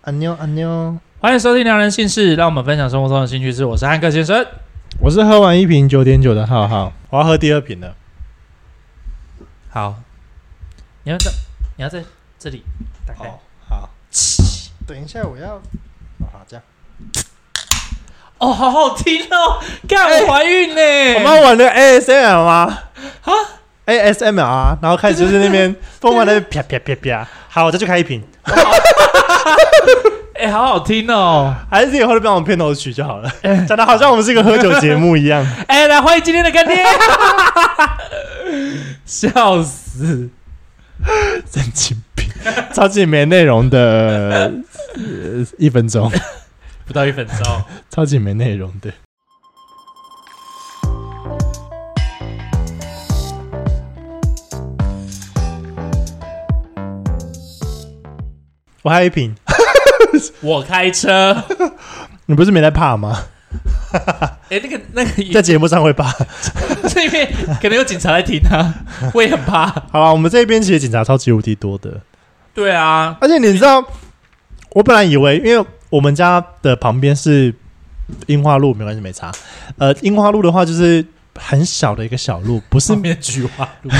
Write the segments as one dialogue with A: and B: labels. A: 安妞安妞，
B: 欢迎收听《良人姓氏》，让我们分享生活中的兴趣是我是汉克先生。
A: 我是喝完一瓶九点九的浩浩，我要喝第二瓶了。
B: 好，你要在你要在这里打开。
A: 哦，好，等一下我要，哦好这样。
B: 哦，好好听哦！干，我怀孕呢、
A: 我们要玩那个 ASMR 吗？啊，ASMR，啊然后开始就是那边疯狂在那边啪啪啪啪。好，我再去开一瓶，
B: 哎、好好听哦！
A: 还是以后就变我们片头曲就好了，讲的好像我们是一个喝酒节目一样。
B: 哎、来欢迎今天的干爹，笑死！
A: 神经病，超级没内容的、呃、一分钟，
B: 不到一分钟，
A: 超级没内容的。我还有一瓶，
B: 我开车。
A: 你不是没在怕吗？
B: 哎、那个那个
A: 在节目上会怕。
B: 这边可能有警察来听啊，我也很怕。
A: 好了，我们这边其实警察超级无敌多的，
B: 对啊，
A: 而且你知道，我本来以为，因为我们家的旁边是樱花路，没关系，没差。呃，樱花路的话就是很小的一个小路，不是
B: 上面菊花路，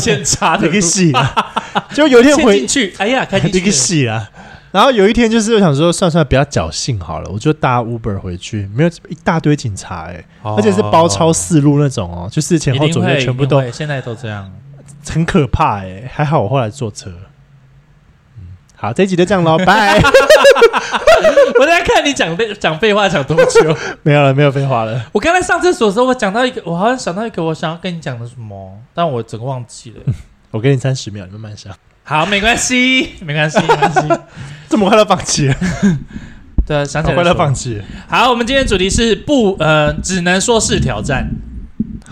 B: 欠插的
A: 那个
B: 路，
A: 戏 啦。就有一天
B: 嵌
A: 回
B: 进去，哎呀，开进
A: 那
B: 去
A: 个
B: 了，
A: 戏啦，然后有一天就是我想说，算算比较侥幸好了，我就搭 Uber 回去，没有一大堆警察哎、
B: 哦
A: 而且是包抄四路那种哦，就是前
B: 一
A: 后
B: 定
A: 左
B: 会
A: 右全部都
B: 一定会现在都这样。
A: 很可怕哎、还好我后来坐车。嗯，嗯好，这一集就这 样喽，拜。
B: 我在看你讲废讲废话讲多 久？
A: 没有了，没有废话了。
B: 我刚才上厕所的时候，我讲到一个，我好像想到一个我想要跟你讲的什么，但我整个忘记了。
A: 我给你三十秒，你慢慢想。
B: 好，没关系，没关系，没关系。
A: 这么快就放弃了，
B: 对啊，想起
A: 好
B: 来
A: 快
B: 了
A: 就。放弃了
B: 好，我们今天主题是不呃，只能说是挑战。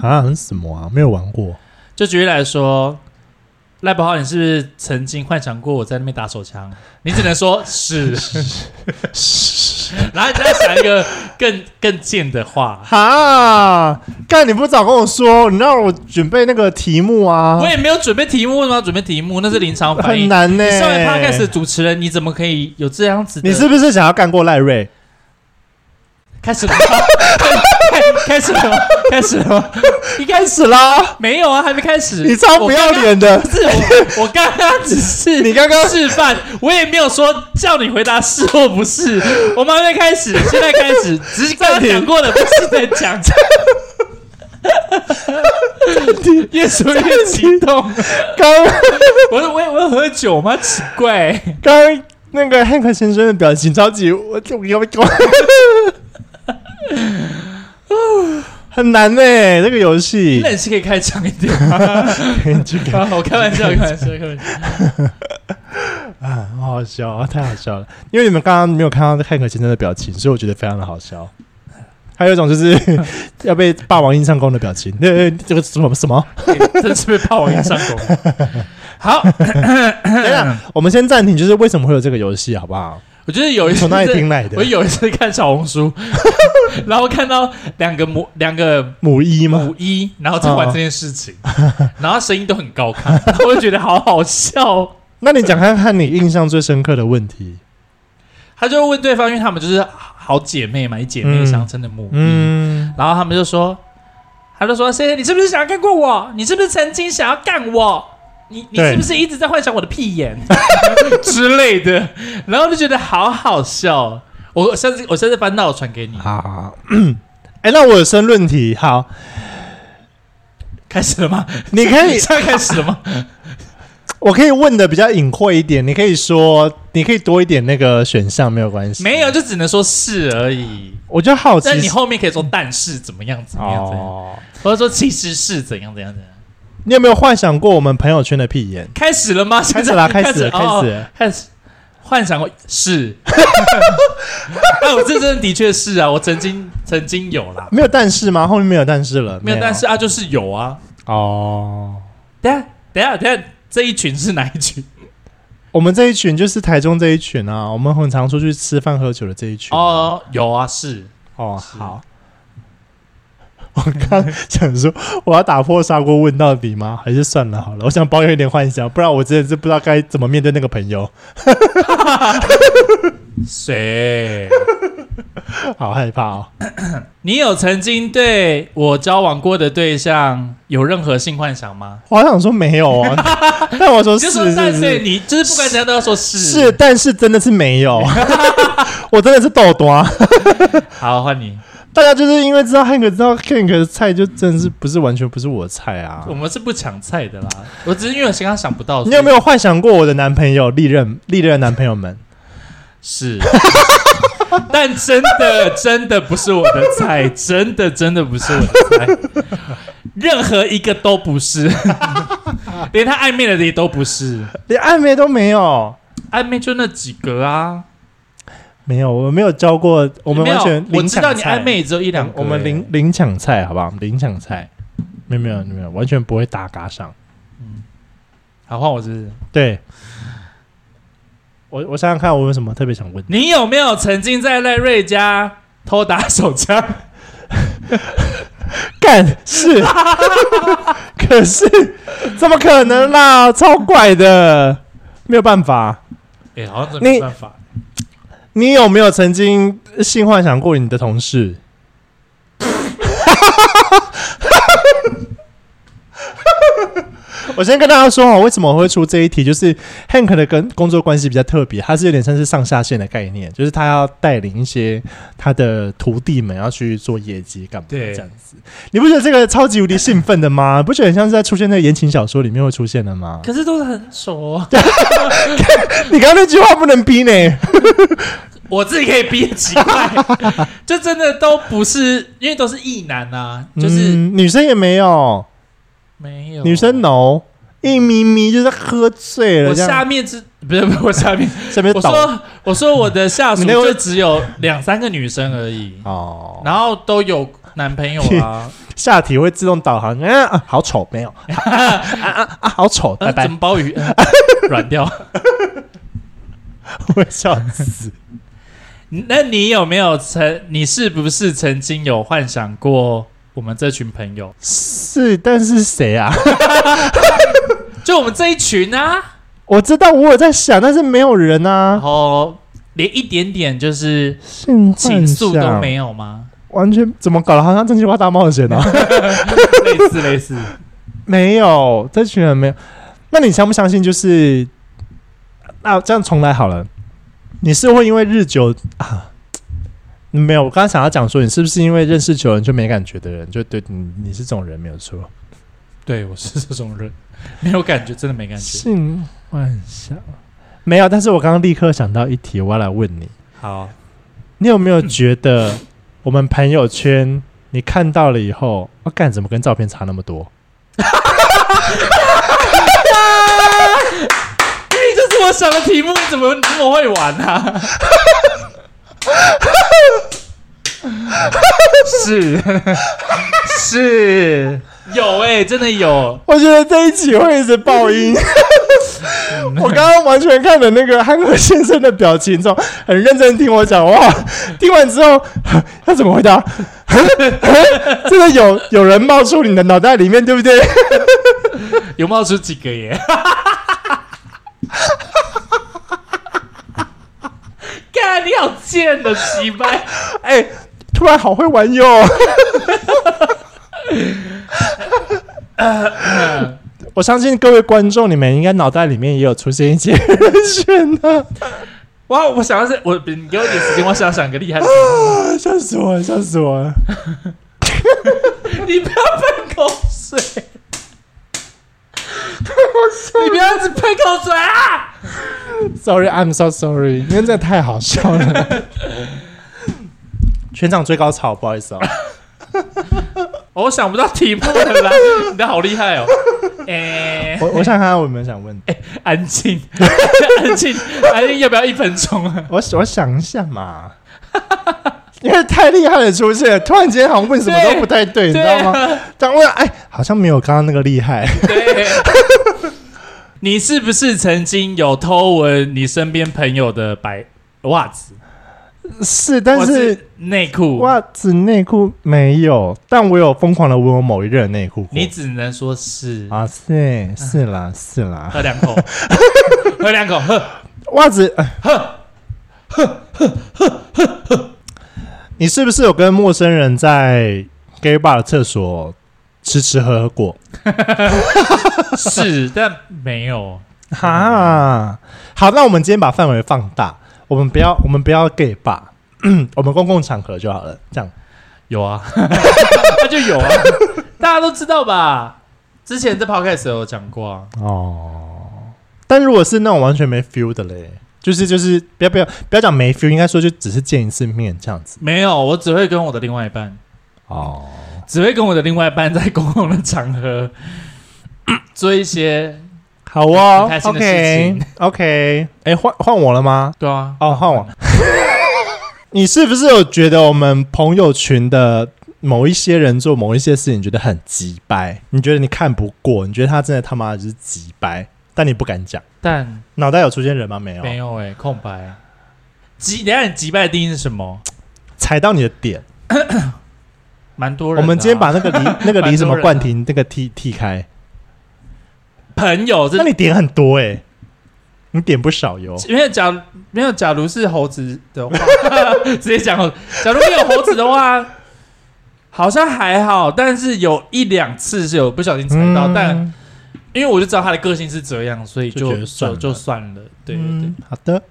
A: 啊？很什么啊？没有玩 过。
B: 就举例来说，赖宝浩，你是不是曾经幻想过我在那边打手枪？你只能说 是，然后你再想一个更更贱的话。
A: 哈，干你不早跟我说，你让我准备那个题目啊
B: 我，也没有准备题目，为什么要准备题目？那是临场反
A: 很
B: 应。
A: 难呢、欸
B: 你身为 podcast 的主持人，你怎么可以有这样子 的？
A: 你是不是想要干过赖瑞？
B: 开始了吗？开始了 吗？开始了吗？
A: 一开始啦，
B: 没有啊，还没开始。
A: 你超不要脸的
B: 我！刚刚！不是我，我刚刚只是
A: 你刚刚
B: 示范，我也没有说叫你回答是或不是。我们还没开始，现在开 始，只是刚刚讲过的不是在讲。越说越激动，
A: 刚
B: 我我我有喝酒吗？奇怪、
A: 刚那个汉克先生的表情超级，我就要不 很难呢、这个游戏
B: 那。你是可以开长一点 吗？啊我开玩笑，开玩笑，开玩笑。
A: 啊，好好笑啊，太好笑了！因为你们刚刚没有看到汉克先生的表情，所以我觉得非常的好笑。还有一种就是 要被霸王硬上弓的表情，那、呃这个什么什么？
B: 哎真是被霸王硬上弓。 好，
A: 等一下，我们先暂停，就是为什么会有这个游戏，好不好？
B: 我就是有一次
A: 从哪里听来的
B: 我？有一次看小红 书，然后看到两个母两个
A: 母一吗？
B: 母一，然后在玩这件事情，
A: 嗯
B: 然后声音都很高亢，然后我就觉得好好笑哦。
A: 那你讲看看你印象最深刻的问题。
B: 他就问对方，因为他们就是好姐妹嘛，以姐妹相称的母一，
A: 嗯，
B: 然后他们就说，他就说：“谢谢，你是不是想要干过我？你是不是曾经想要干我？你你
A: 对
B: 是不是一直在幻想我的屁眼 之类的？”然后就觉得好好笑。我下次我下次翻到我传给你，
A: 好好好。 哎、那我有申论题，好，
B: 开始了吗？
A: 你可 以
B: 现，在开始了 吗？
A: 我可以问的比较隐晦一点，你可以说，你可以多一点那个选项，没有关系。
B: 没有，就只能说是而已。
A: 我就好奇
B: 但你
A: 是，
B: 后面可以说但是怎么样怎么样怎么样，
A: 哦，
B: 或者说其实是怎样怎样怎样。
A: 你有没有幻想过我们朋友圈的屁眼？
B: 开始了吗？
A: 开始啦
B: 现在
A: 开始了
B: 哦
A: 开始了
B: 开始。幻想过 是，哎，我这真的的确是啊，我曾经曾经有啦，
A: 没有但是吗？后面没有但是了，
B: 没有，但是啊，就是有啊。
A: 哦。
B: 等一下，等一下，等一下，这一群是哪一群？
A: 我们这一群就是台中这一群啊，我们很常出去哦吃饭喝酒的这一群。
B: 哦，有啊，是
A: 哦，
B: 是
A: 好， 我刚想说，我要打破砂锅问到底吗？还是算了好了。我想保有一点幻想，不然我真的是不知道该怎么面对那个朋友，
B: 谁？
A: 好害怕哦。
B: 你有曾经对我交往过的对象有任何性幻想吗？
A: 我好想说没有啊， 但我说
B: 你
A: 是
B: 就说
A: 是
B: 但是
A: 是
B: 你就是不管怎样都要说是
A: 是，。但是真的是没有， 我真的是豆多啊。
B: 好，换你。
A: 大家就是因为知道 Hank 知道 Hank 的菜，就真的是不是完全不是我的菜啊
B: 我。们是不抢菜的啦，我只是因为我刚刚想不到。
A: 你有没
B: 有？
A: 有幻想过我的男朋友历任历任男朋友们？
B: 是， 但真的真的不是我的菜，真的真的不是我的菜，任何一个都不是， 连他暧昧的也都不是，
A: 连暧昧都没有，
B: 暧昧就那几个啊。
A: 没有，我没有教过，我们
B: 没有
A: 完全
B: 我
A: 零
B: 知
A: 抢
B: 道你
A: 菜
B: 暧昧也只有一两个、欸
A: 我们零零抢菜，好不好？零抢菜，没有没有没有，完全不会打嘎上。
B: 好换我是不是。
A: 对，我我想想看，我有什么特别想问？
B: 你有没有曾经在赖瑞家偷打手枪？
A: 干 是，可是怎么可能啦？超怪的，没有办法。
B: 哎、好像真
A: 没
B: 办法。
A: 你有没有曾经性幻想过你的同事？ 我先跟大家说哦，为什么我会出这一题，就是 Hank 的跟工作关系比较特别，他是有点像是上下线的概念，就是他要带领一些他的徒弟们要去做业绩干嘛
B: 对
A: 这样子。你不觉得这个超级无敌兴奋的吗？不觉得很像是在出 现在言情小说里面会出现的吗？
B: 可是都是很熟、 哦，
A: 你刚刚那句话不能逼呢，
B: 我自己可以憋奇怪，就真的都不是，因为都是异男啊，就是、
A: 嗯女生也没有。
B: 没有
A: 女生 no，一咪咪就是喝醉了
B: 我
A: 这样，
B: 下面是不是不是我下 面？
A: 下面
B: 我
A: 倒
B: 说我说我的下属
A: 你那位
B: 就只有两三个女生而已，
A: 哦，
B: 然后都有男朋友 啊，
A: 下体会自动导航，啊，啊好丑，没有， 啊啊啊啊，好丑，拜
B: 呃
A: 拜
B: 怎，么包 鱼呃软掉？
A: 我会笑死。
B: 那你有没有曾？你是不是曾经有幻想过我们这群朋友？
A: 是，但是谁啊？
B: 就我们这一群啊，
A: 我知道我有在想，但是没有人
B: 然
A: 啊，
B: 后连一点点就是
A: 性
B: 情
A: 幻
B: 愫都
A: 想
B: 没有吗？
A: 完全怎么搞的？好像真心话大冒险啊！
B: 类似类似，
A: 没有，这群人没有。那你相不相信？就是，那、这样重来好了。你是会因为日久啊？没有，我刚刚想要讲说，你是不是因为认识久了你就没感觉的人？就对你，你是这种人没有错。
B: 对我是这种人，没有感觉，真的没感觉。
A: 性幻想没有，但是我刚刚立刻想到一题，我要来问你，
B: 好，
A: 你有没有觉得我们朋友圈你看到了以后，我、干怎么跟照片差那么多？
B: 哎，这是我想的题目，你怎么你这么会玩啊？
A: 是是，
B: 有哎、真的有，
A: 我觉得这一集会一直爆音。我刚刚完全看了那个韩国先生的表情，中很认真听我讲话。听完之后，他怎么回答？ 真的有有人冒出你的脑袋里面，对不对？
B: 有冒出几个耶？干，你好贱的奇怪！
A: 哎、突然好会玩哟！我相信各位观众，你们应该脑袋里面也有出现一些人选啊的、
B: 哇，我想要是，我你给我一点时间，我想想个厉害的。
A: 啊，笑死我了，笑死我了！
B: 你不要喷口水，你不要一直喷口水啊！
A: Sorry, I'm so sorry，因为真的太好笑了。 全场最高潮，不好意思哦。
B: 哦我想不到题目了啦，你的好厉害哦！哎、
A: 我我想看看我有没有想问，
B: 安静， 安静，安静，要不要一分钟啊？
A: 我我想一下嘛， 因为太厉害的出现了，突然间好像问什么都不太对，你知
B: 对
A: 道吗？
B: 啊，
A: 但问哎，好像没有刚刚那个厉害。
B: 对。啊你是不是曾经有偷闻你身边朋友的白袜子？
A: 是，但
B: 我
A: 是
B: 是内裤，
A: 袜子内裤没有，但我有疯狂的闻我某一任的内裤过。
B: 你只能说是
A: 啊，是是啦是啦，
B: 喝两口，喝两口，喝
A: 袜子，哎呵呵呵呵呵呵，你是不是有跟陌生人在 gay bar 的厕所吃吃喝喝过？
B: 是，但没有。
A: 哈，好，那我们今天把范围放大，我们不要我们不要 gay bar，我 们公共场合就好了，这样。
B: 有 啊，那就有啊，大家都知道吧？之前在 podcast 有讲过啊，
A: 哦，但如果是那种完全没 feel 的嘞，就是就是不要不要不要讲没 feel，应该说就只是见一次面这样子。
B: 没有，我只会跟我的另外一半，
A: 哦，
B: 只会跟我的另外一半在公共的场合 做一些，
A: 好哦
B: 很开心的事
A: ，OK
B: 情
A: OK，哎、换换我了吗？
B: 对啊，
A: 哦，换我。你是不是有觉得我们朋友群的某一些人做某一些事情，觉得很鸡掰？你觉得你看不过？你觉得他真的他妈就是鸡掰，但你不敢讲。
B: 但
A: 脑袋有出现人吗？没有，
B: 没有哎、空白。击，等一下你击败的定义是什么？
A: 踩到你的点。
B: 蛮多人、啊
A: 我们今天把那个离那个离什
B: 蛮多
A: 么
B: 人啊
A: 冠廷那个踢踢开，
B: 朋友这
A: 那你点很多哎、你点不少哟。
B: 因为假如没有，假如是猴子的话， 直接讲猴子。假如没有猴子的话，好像还好，但是有一两次是有不小心踩到，但
A: 嗯
B: 因为我就知道他的个性是这样，所以
A: 就
B: 就
A: 觉得算了
B: 就就算了。对对对，
A: 嗯好的，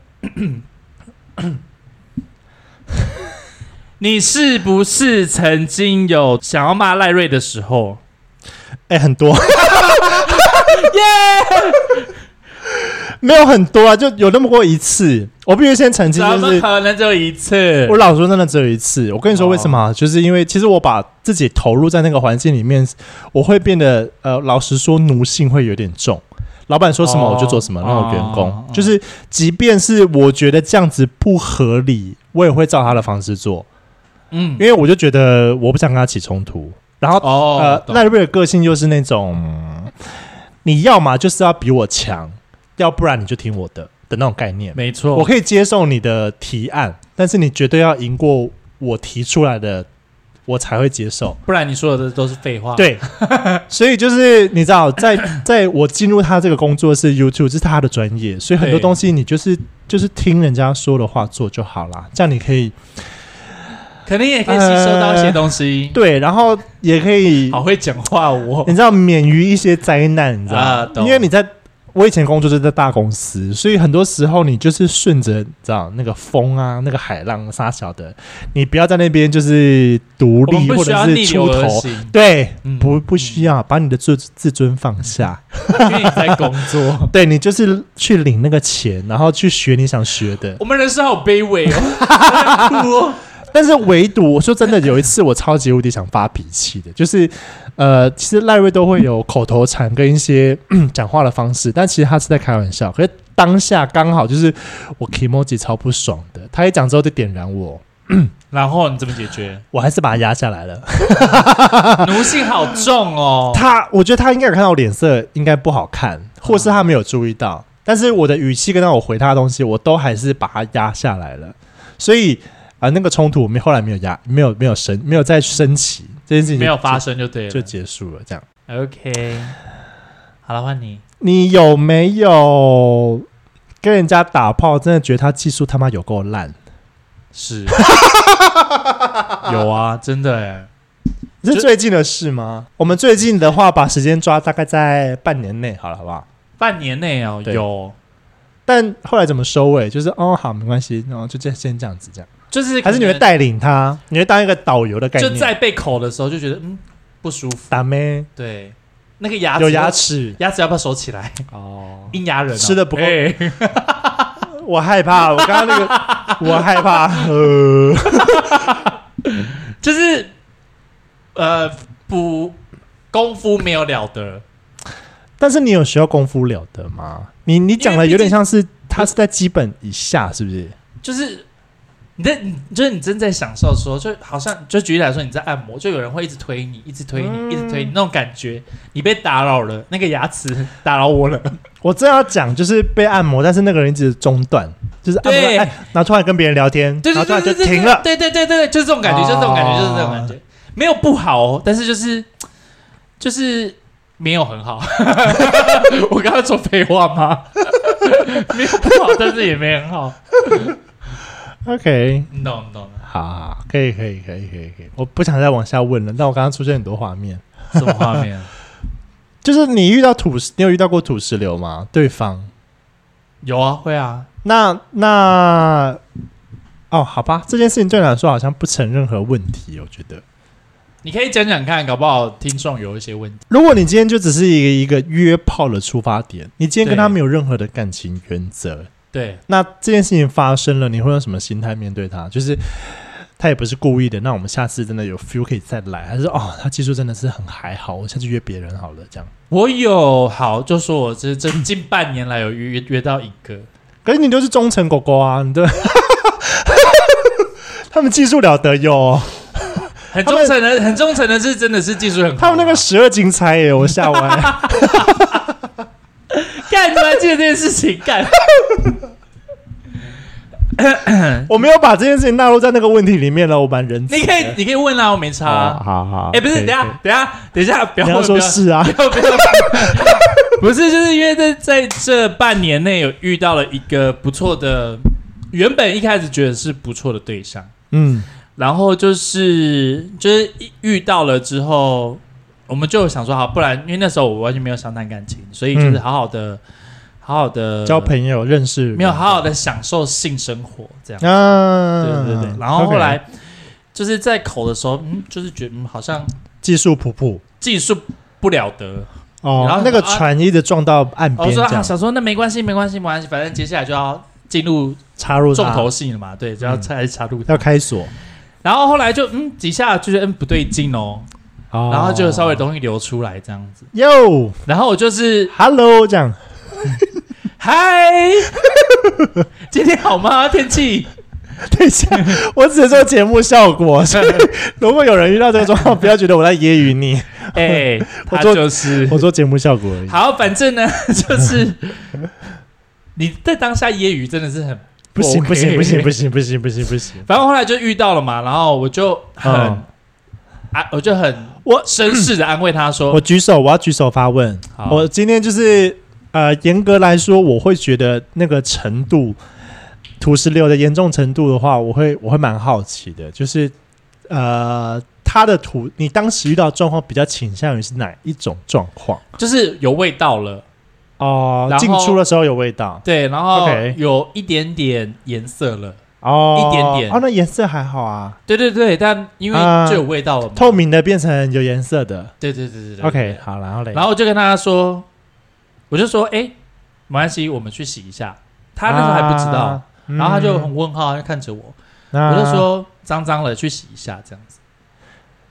B: 你是不是曾经有想要骂赖瑞的时候？
A: 哎、很 多，耶，没有很多啊，就有那么过一次。我必须先澄清，
B: 怎
A: 就
B: 么
A: 是
B: 可能只有一次
A: 我？老说真的只有一次。我跟你说为什么啊、
B: 哦
A: 就是因为其实我把自己投入在那个环境里面，我会变得呃，老实说奴性会有点重。老板说什么
B: 哦
A: 我就做什么，那种员工、
B: 哦哦
A: 就是，即便是我觉得这样子不合理，我也会照他的方式做，
B: 嗯
A: 因，为我就觉得我不想跟他起冲突。然后
B: 哦
A: 呃，，
B: 懂
A: 赖瑞的个性又是那种，你要嘛就是要比我强，要不然你就听我的的那种概念。
B: 没错，
A: 我可以接受你的提案，但是你绝对要赢过我提出来的，我才会接受。
B: 不然你说的都是废话。，
A: 对，所以就是你知道，在在我进入他这个工作室 YouTube，这是他的专业，所以很多
B: 对
A: 东西你就是就是听人家说的话做就好啦，这样你可以
B: 肯定也可以吸收到一些东西。
A: 对，然后也可以
B: 好会讲话 我，
A: 你知道免于一些灾难，你知道吗？
B: 啊懂
A: 因为你在我以前工作就是在大公司，所以很多时候你就是顺着你知道那个风啊、那个海浪啥小的，你不要在那边就是独
B: 我们
A: 立
B: 不
A: 或者
B: 需要
A: 是
B: 逆流
A: 出
B: 而
A: 头。
B: 行，
A: 对，
B: 嗯
A: 不不需要把你的自自尊放下，
B: 因为你在工作。
A: 对你就是去领那个钱，然后去学你想学的。
B: 我们人生好卑微哦，好酷哦
A: 但是唯独我说真的，有一次我超级无敌想发脾气的，就是呃，其实赖瑞都会有口头禅跟一些 讲话的方式，但其实他是在开玩笑。可是当下刚好就是我 k i m o j i 超不爽的，他一讲之后就点燃我，
B: 然后你怎么解 决？
A: 我还是把他压下来了。
B: 哦奴性好重哦，
A: 他我觉得他应该有看到我脸色应该不好看，或是他没有注意到，但是我的语气跟到我回他的东西，我都还是把他压下来了。所以啊、呃那个冲突我们后来没有压，没有没有升，没有再升起这件事情就，
B: 没有发
A: 生。
B: 生就对
A: 就
B: 了。
A: 结束了。这样，
B: OK，好了，换你。
A: 你有没有跟人家打炮？真的觉得他技术他妈有够烂？
B: 是，有啊，真的哎，
A: 这是
B: 就
A: 最近的事吗？我们最近的话，把时间抓大概在半年内好了，好不好？
B: 半年内哦，
A: 对
B: 有，
A: 但后来怎么收尾？就是哦，好，没关系，然后就这先这样子，这样。
B: 就是
A: 还是你
B: 可
A: 会
B: 能
A: 带领他，你会当一个导游的概念，
B: 就在被口的时候就觉得嗯不舒服，
A: 打咩？
B: 对，那个牙齿
A: 有牙齿
B: 牙齿要不要收起来？
A: 哦，
B: 阴牙人哦
A: 吃得不够
B: 哎
A: 我害怕，我刚刚那个，我害怕，呃，
B: 就是呃补功夫没有了得，
A: 但是你有学到功夫了得吗？你你讲的有点像是他是在基本以下，是不是？
B: 就是你在你就是你真在享受说，就好像就举例来说，你在按摩，就有人会一直推你，一直推你，
A: 嗯
B: 一直推你，那种感觉，你被打扰了，那个牙齿打 扰我了，
A: 我正要讲就是被按摩，但是那个人一直中断，就是按摩到，
B: 对
A: 哎，然后突然跟别人聊天，
B: 对
A: 然
B: 对
A: 后突然
B: 对
A: 就
B: 对对，
A: 停了，
B: 对对对对对，就是这种感觉，就是这种感觉，
A: 哦
B: 就是这种感觉，没有不好哦，但是就是就是没有很好， 我刚刚说废话吗？ 没有不好，但是也没很好，
A: OK，
B: 你懂你懂的，
A: 好好，好可以可以可以可以可以，我不想再往下问了，但我刚刚出现很多画面，
B: 什么画面啊？
A: 就是你遇到土石，你有遇到过土石流吗？对方，
B: 有啊，会啊，
A: 那那哦，好吧，这件事情对你来说好像不成任何问题，我觉得。
B: 你可以讲讲看，搞不好听众有一些问题。
A: 如果你今天就只是一个一个约炮的出发点，你今天跟他
B: 对
A: 没有任何的感情原则，
B: 对，
A: 那这件事情发生了，你会用什么心态面对他？就是他也不是故意的，那我们下次真的有 feel 可以再来，还是哦，他技术真的是很还好，我下次约别人好了，这样。
B: 我有好，就说我这这近半年来有约约到一个，
A: 可是你就是忠诚狗狗啊，你对， 他们技术了得哟，
B: 很忠诚的，很忠诚的是真的是技术很好啊。
A: 他们那个十二金钗耶，我吓歪。
B: 干，你们还记得这件事情 干？
A: 我没有把这件事情纳入在那个问题里面了，我蛮仁慈的。
B: 你可以，你可以问啊，我没差
A: 好
B: 啊。
A: 好好，
B: 哎，不是，
A: 可以
B: 等一下，
A: 可以
B: 等一下，等一下，不要
A: 你要
B: 不
A: 说是啊，
B: 不要不要，不是，就是因为在在这半年内有遇到了一个不错的，原本一开始觉得是不错的对象。
A: 嗯，
B: 然后就是就是一遇到了之后，我们就想说好，不然因为那时候我完全没有想谈感情，所以就是
A: 嗯
B: 好好的、好好的
A: 交，朋友认识人
B: 呃没有好好的享受性生活这样。
A: 啊，
B: 对对对对。然后后来就是在口的时候，嗯，就是觉得嗯好像
A: OK，技术普普
B: 技术不了得。
A: 哦，
B: 然后
A: 那个
B: 啊
A: 船一直撞到岸
B: 我
A: 边，这
B: 说啊，
A: 样
B: 想说那没关系，没关系，没关系，反正接下来就要进入
A: 插入它
B: 重头戏了嘛，对，
A: 嗯
B: 就要插插入。
A: 要开锁，
B: 然后后来就嗯几下就觉得嗯不对劲哦，
A: 哦
B: 然后就稍微东西流出来这样子。
A: 哟
B: 然后我就是
A: ，hello 这样，
B: 嗨，今天好吗？天气？
A: 等一下，我只是做节目效果， 所以如果有人遇到这个状况，不要觉得我在揶揄 你，
B: 哎、他
A: 我做
B: 就是
A: 我做节目效果而已。
B: 好，反正呢， 就是你在当下揶揄真的是很
A: 不行
B: OK
A: 不行不行不行不行不行不行，
B: 反正后来就遇到了嘛，然后我就很、
A: 嗯
B: 啊，我就很
A: 我
B: 绅士的安慰他说
A: 我，举手，我要举手发问。
B: 好
A: 我今天就是呃，严格来说，我会觉得那个程度，土石流的严重程度的话，我会我会蛮好奇的，就是呃，它的土，你当时遇到的状况比较倾向于是哪一种状况？
B: 就是有味道了，
A: 哦、
B: 然后
A: 进出的时候有味道
B: 对，然后
A: OK
B: 有一点点颜色了，
A: 哦，
B: 一点点
A: 哦，那颜色还好啊，
B: 对对对，但因
A: 啊
B: 为就有味道了嘛，
A: 透明的变成有颜色的。
B: 对，对对对对
A: OK，好，然后嘞，
B: 然后我就跟他说，我就说，哎、没关系，我们去洗一下。他那时候还不知道，
A: 啊嗯
B: 然后他就很问号，他看着我，我就
A: 啊
B: 说脏脏了，去洗一下这样子。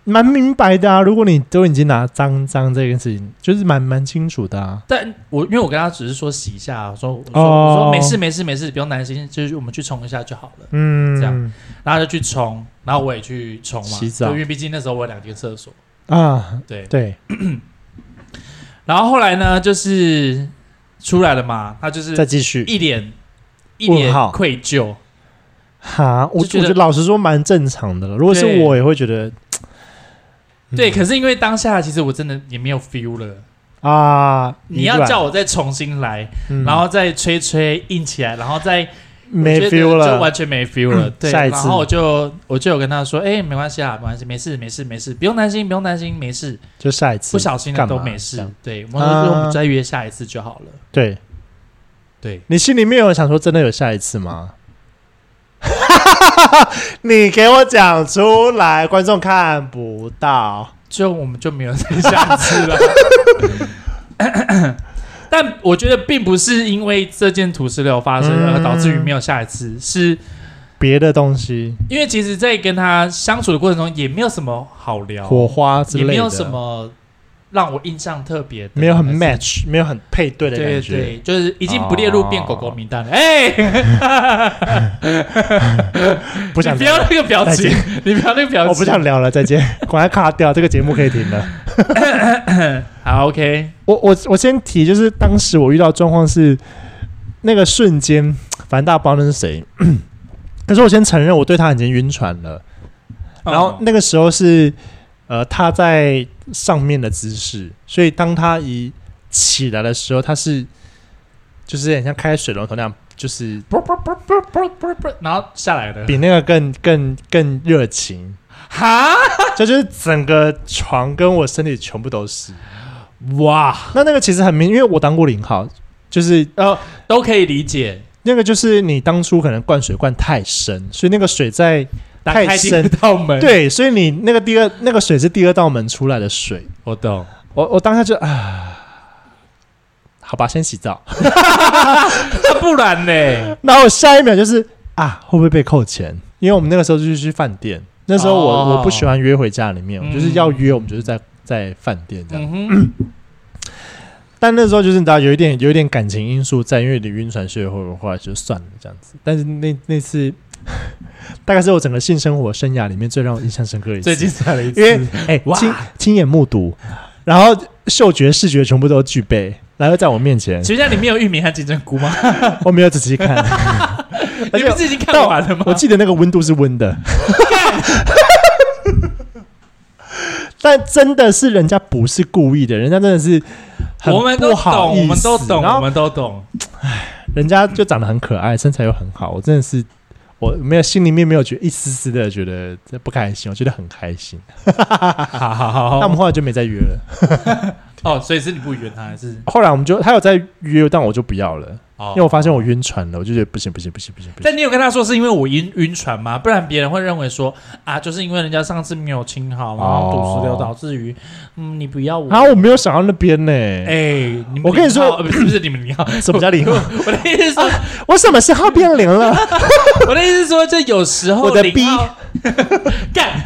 A: 蛮明白的啊，如果你都已经拿脏脏这件事情，就是蛮蛮清楚的啊。
B: 但我因为我跟他只是说洗一下，我说我
A: 哦
B: 说、我说没事没事没事，不用担心，就是我们去冲一下就好了。
A: 嗯，
B: 这样然后他就去冲，然后我也去冲嘛，
A: 洗澡
B: 就因为毕竟那时候我有两间厕所，
A: 啊，
B: 对。
A: 对，
B: 然后后来呢，就是出来了嘛，他就是
A: 再继续
B: 一脸一脸
A: 问号
B: 愧疚，
A: 哈，我我
B: 就觉得
A: 觉得老实说蛮正常的了。如果是
B: 对
A: 我也会觉得，嗯
B: 对。可是因为当下其实我真的也没有 feel 了。
A: 啊，
B: 你要叫我再重新来，
A: 嗯，
B: 然后再吹吹硬起来，然后再
A: 没
B: 我觉得
A: feel
B: 就
A: 了嗯
B: 完全没 feel 了。对，
A: 下一
B: 然
A: 次
B: 后我就我就有跟他说，哎，没关系啊，没关系，没事，没事，没事，不用担心，不用担心，没事，
A: 就下一次
B: 不小心的
A: 干嘛
B: 都没
A: 这
B: 事
A: 样。
B: 对，我们
A: 啊
B: 就我们再约下一次就好了。
A: 对
B: 对，
A: 你心里面有想说真的有下一次吗？ 你给我讲出来，观众看不到。
B: 就我们就没有再下次 了。但我觉得并不是因为这件土石流发生而导致于没有下一
A: 嗯
B: 次，是
A: 别的东西，
B: 因为其实，在跟他相处的过程中也没有什么好聊，啊
A: 火花之类
B: 也
A: 的，
B: 没有什么让我印象特别的，
A: 没有很
B: 还是
A: match，没有很配对的
B: 对
A: 感觉。
B: 对，就是已经不列入变狗狗名单了。哎、
A: 不想
B: 你不
A: 聊
B: 要
A: 了，
B: 那个表情
A: 再，
B: 你不要那个表情。
A: 我不想聊了，再见， 赶快卡掉这个节目可以停了。
B: 好，OK，
A: 我我我先提，就是当时我遇到的状况是那个瞬间，反正大家不知道那是谁， 可是我先承认我对他已经晕船了。然后
B: 嗯
A: 那个时候是呃他在上面的姿势，所以当他一起来的时候，他是就是很像开水龙头那样，就是
B: 啵啵啵啵啵啵啵，然后下来的。
A: 比那个更更更热情，
B: 哈，
A: 这就是整个床跟我身体全部都是。
B: 哇，
A: 那那个其实很明，因为我当过零号，就是
B: 呃，都可以理解。
A: 那个就是你当初可能灌水灌太深，所以那个水在
B: 打开
A: 太
B: 第
A: 深
B: 一道门，，
A: 对，所以你那个第二那个水是第二道门出来的水。
B: 我懂。
A: 我我当下就啊，好吧，先洗澡。
B: 那不然呢？
A: 然后我下一秒就是啊，会不会被扣钱？因为我们那个时候就是去饭店，那时候我、
B: 哦
A: 我不喜欢约回家里面，
B: 嗯
A: 我就是要约我们就是在在饭店这样。
B: 嗯哼，
A: 但那时候就是你知道有一点有一点感情因素在，因为你晕船，所以后后来就算了这样子。但是那那次 大概是我整个性生活生涯里面最让我印象深刻的一次，
B: 最精彩的一次，
A: 因为 哎、
B: 哇
A: 亲亲眼目睹，然后嗅觉视觉全部都具备，然后在我面前，
B: 学校里面有玉米和金针菇吗？
A: 我没有仔细 看。
B: 你不是已经看完了吗？
A: 我记得那个温度是温的， 但真的是人家不是故意的，人家真的是很
B: 我们
A: 不
B: 都
A: 好
B: 懂，
A: 意思
B: 我们都懂，
A: 然
B: 我
A: 后
B: 们都懂。
A: 人家就长得很可爱，身材又很好，我真的是我没有心里面没有觉得一丝丝的觉得这不开心，我觉得很开心。
B: 哦好好
A: 那、我
B: 好
A: 们
B: 好，
A: 后来就没再约了，
B: 哦，所以是你不约他，还是
A: 后来我们就他有在约，但我就不要了，
B: 哦
A: 因为我发现我晕船了，我就觉得不行不行不行不行不行。
B: 但你有跟他说是因为我晕晕船吗？不然别人会认为说啊，就是因为人家上次没有清好，然
A: 哦
B: 后堵石榴导致于嗯你不要我。
A: 然后我没有想到那边呢、
B: 哎、你们
A: 我跟你说
B: 零号呃不是不是你们你 好，
A: 什么叫 零号？
B: 我的意思是说，
A: 我什么时候变零了？
B: 我的意思是说，就有时候
A: 我的
B: 零号 干，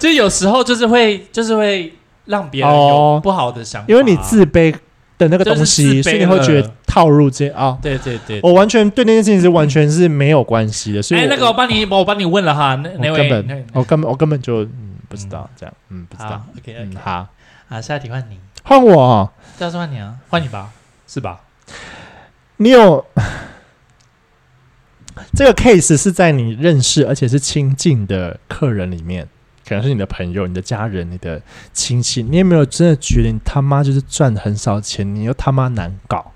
B: 就有时候就是会就是会让别人有
A: 哦
B: 不好的想法，
A: 因为你自卑的那个东
B: 就是
A: 西，
B: 自
A: 所
B: 卑
A: 以你会觉得套入这啊、
B: 对对对。
A: 我完全对那件事情是完全是没有关系的，所以
B: 哎、
A: 我、
B: 那个我帮你，我帮你问了哈，那那
A: 我
B: 位
A: 根
B: 那位
A: 本我根本我根本就、嗯、不知道、这样，嗯不知道
B: 好，，OK，, o
A: 嗯
B: k
A: 好，
B: 好，下一题换你，
A: 换我、哦，
B: 下次换你啊，换你吧，是吧？
A: 你有这个 case 是在你认识而且是亲近的客人里面。可能是你的朋友、你的家人、你的亲戚，你有没有真的觉得你他妈就是赚很少钱，你又他妈难搞？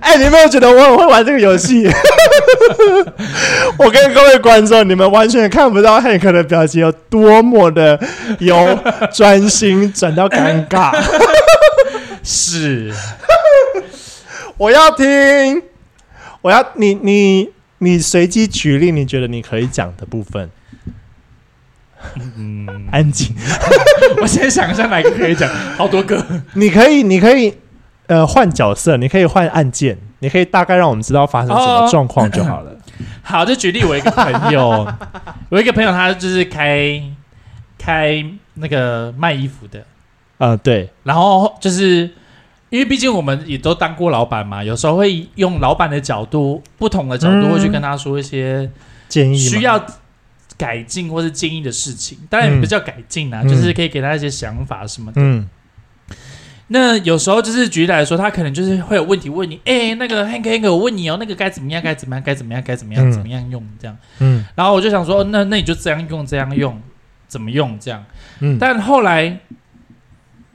A: 哎、你有没有觉得我很会玩这个游戏？ 我跟各位观众，你们完全看不到汉克的表情有多么的由专心转到尴尬。
B: 是，
A: 我要听，我要你你你随机举例，你觉得你可以讲的部分，
B: 嗯，
A: 安静。
B: 我先想一下哪一个可以讲，好多个。
A: 你可以，你可以，呃，换角色，你可以换案件，你可以大概让我们知道发生什
B: 哦
A: 么状况就好了。
B: 好，就举例我一个朋友， 我一个朋友他就是开开那个卖衣服的，
A: 呃，对，
B: 然后就是因为毕竟我们也都当过老板嘛，有时候会用老板的角度、不同的角度
A: 嗯
B: 会去跟他说一些
A: 建议吗
B: 需要改进或是建议的事情，当然
A: 嗯
B: 也不叫改进啊，
A: 嗯
B: 就是可以给他一些想法什么的。
A: 嗯
B: 那有时候就是举例来说，他可能就是会有问题问你，哎、那个 Hank Hank，我问你哦，那个该怎么样，该怎么样，该怎么样，该怎么样，
A: 嗯
B: 怎么样用这样。
A: 嗯
B: 然后我就想说，哦那那你就这样用，这样用，怎么用这样？
A: 嗯，
B: 但后来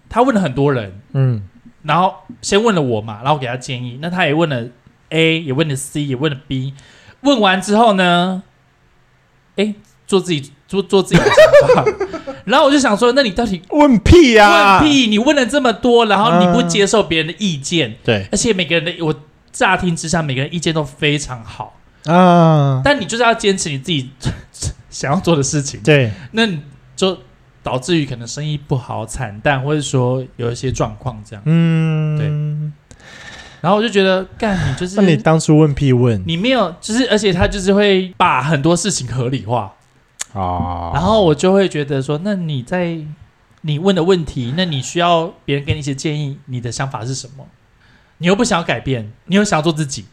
B: 他问了很多人，
A: 嗯
B: 然后先问了我嘛，然后我给他建议，那他也问了 A，也问了 C，也问了 B，问完之后呢，哎，做自己做做自己的想法， 然后我就想说，那你到底
A: 问屁呀、
B: 问屁？你问了这么多，然后你不接受别人的意见，
A: 对
B: 而且每个人的我乍听之下，每个人意见都非常好，
A: 啊，
B: 但你就是要坚持你自己想要做的事情，
A: 对，
B: 那你就导致于可能生意不好、惨淡，或者说有一些状况这样。
A: 嗯
B: 对。然后我就觉得，干你就是
A: 那你当初问屁问
B: 你没有，就是而且他就是会把很多事情合理化，
A: 啊
B: 然后我就会觉得说，那你在你问的问题，那你需要别人给你一些建议，你的想法是什么？你又不想要改变，你又想要做自己，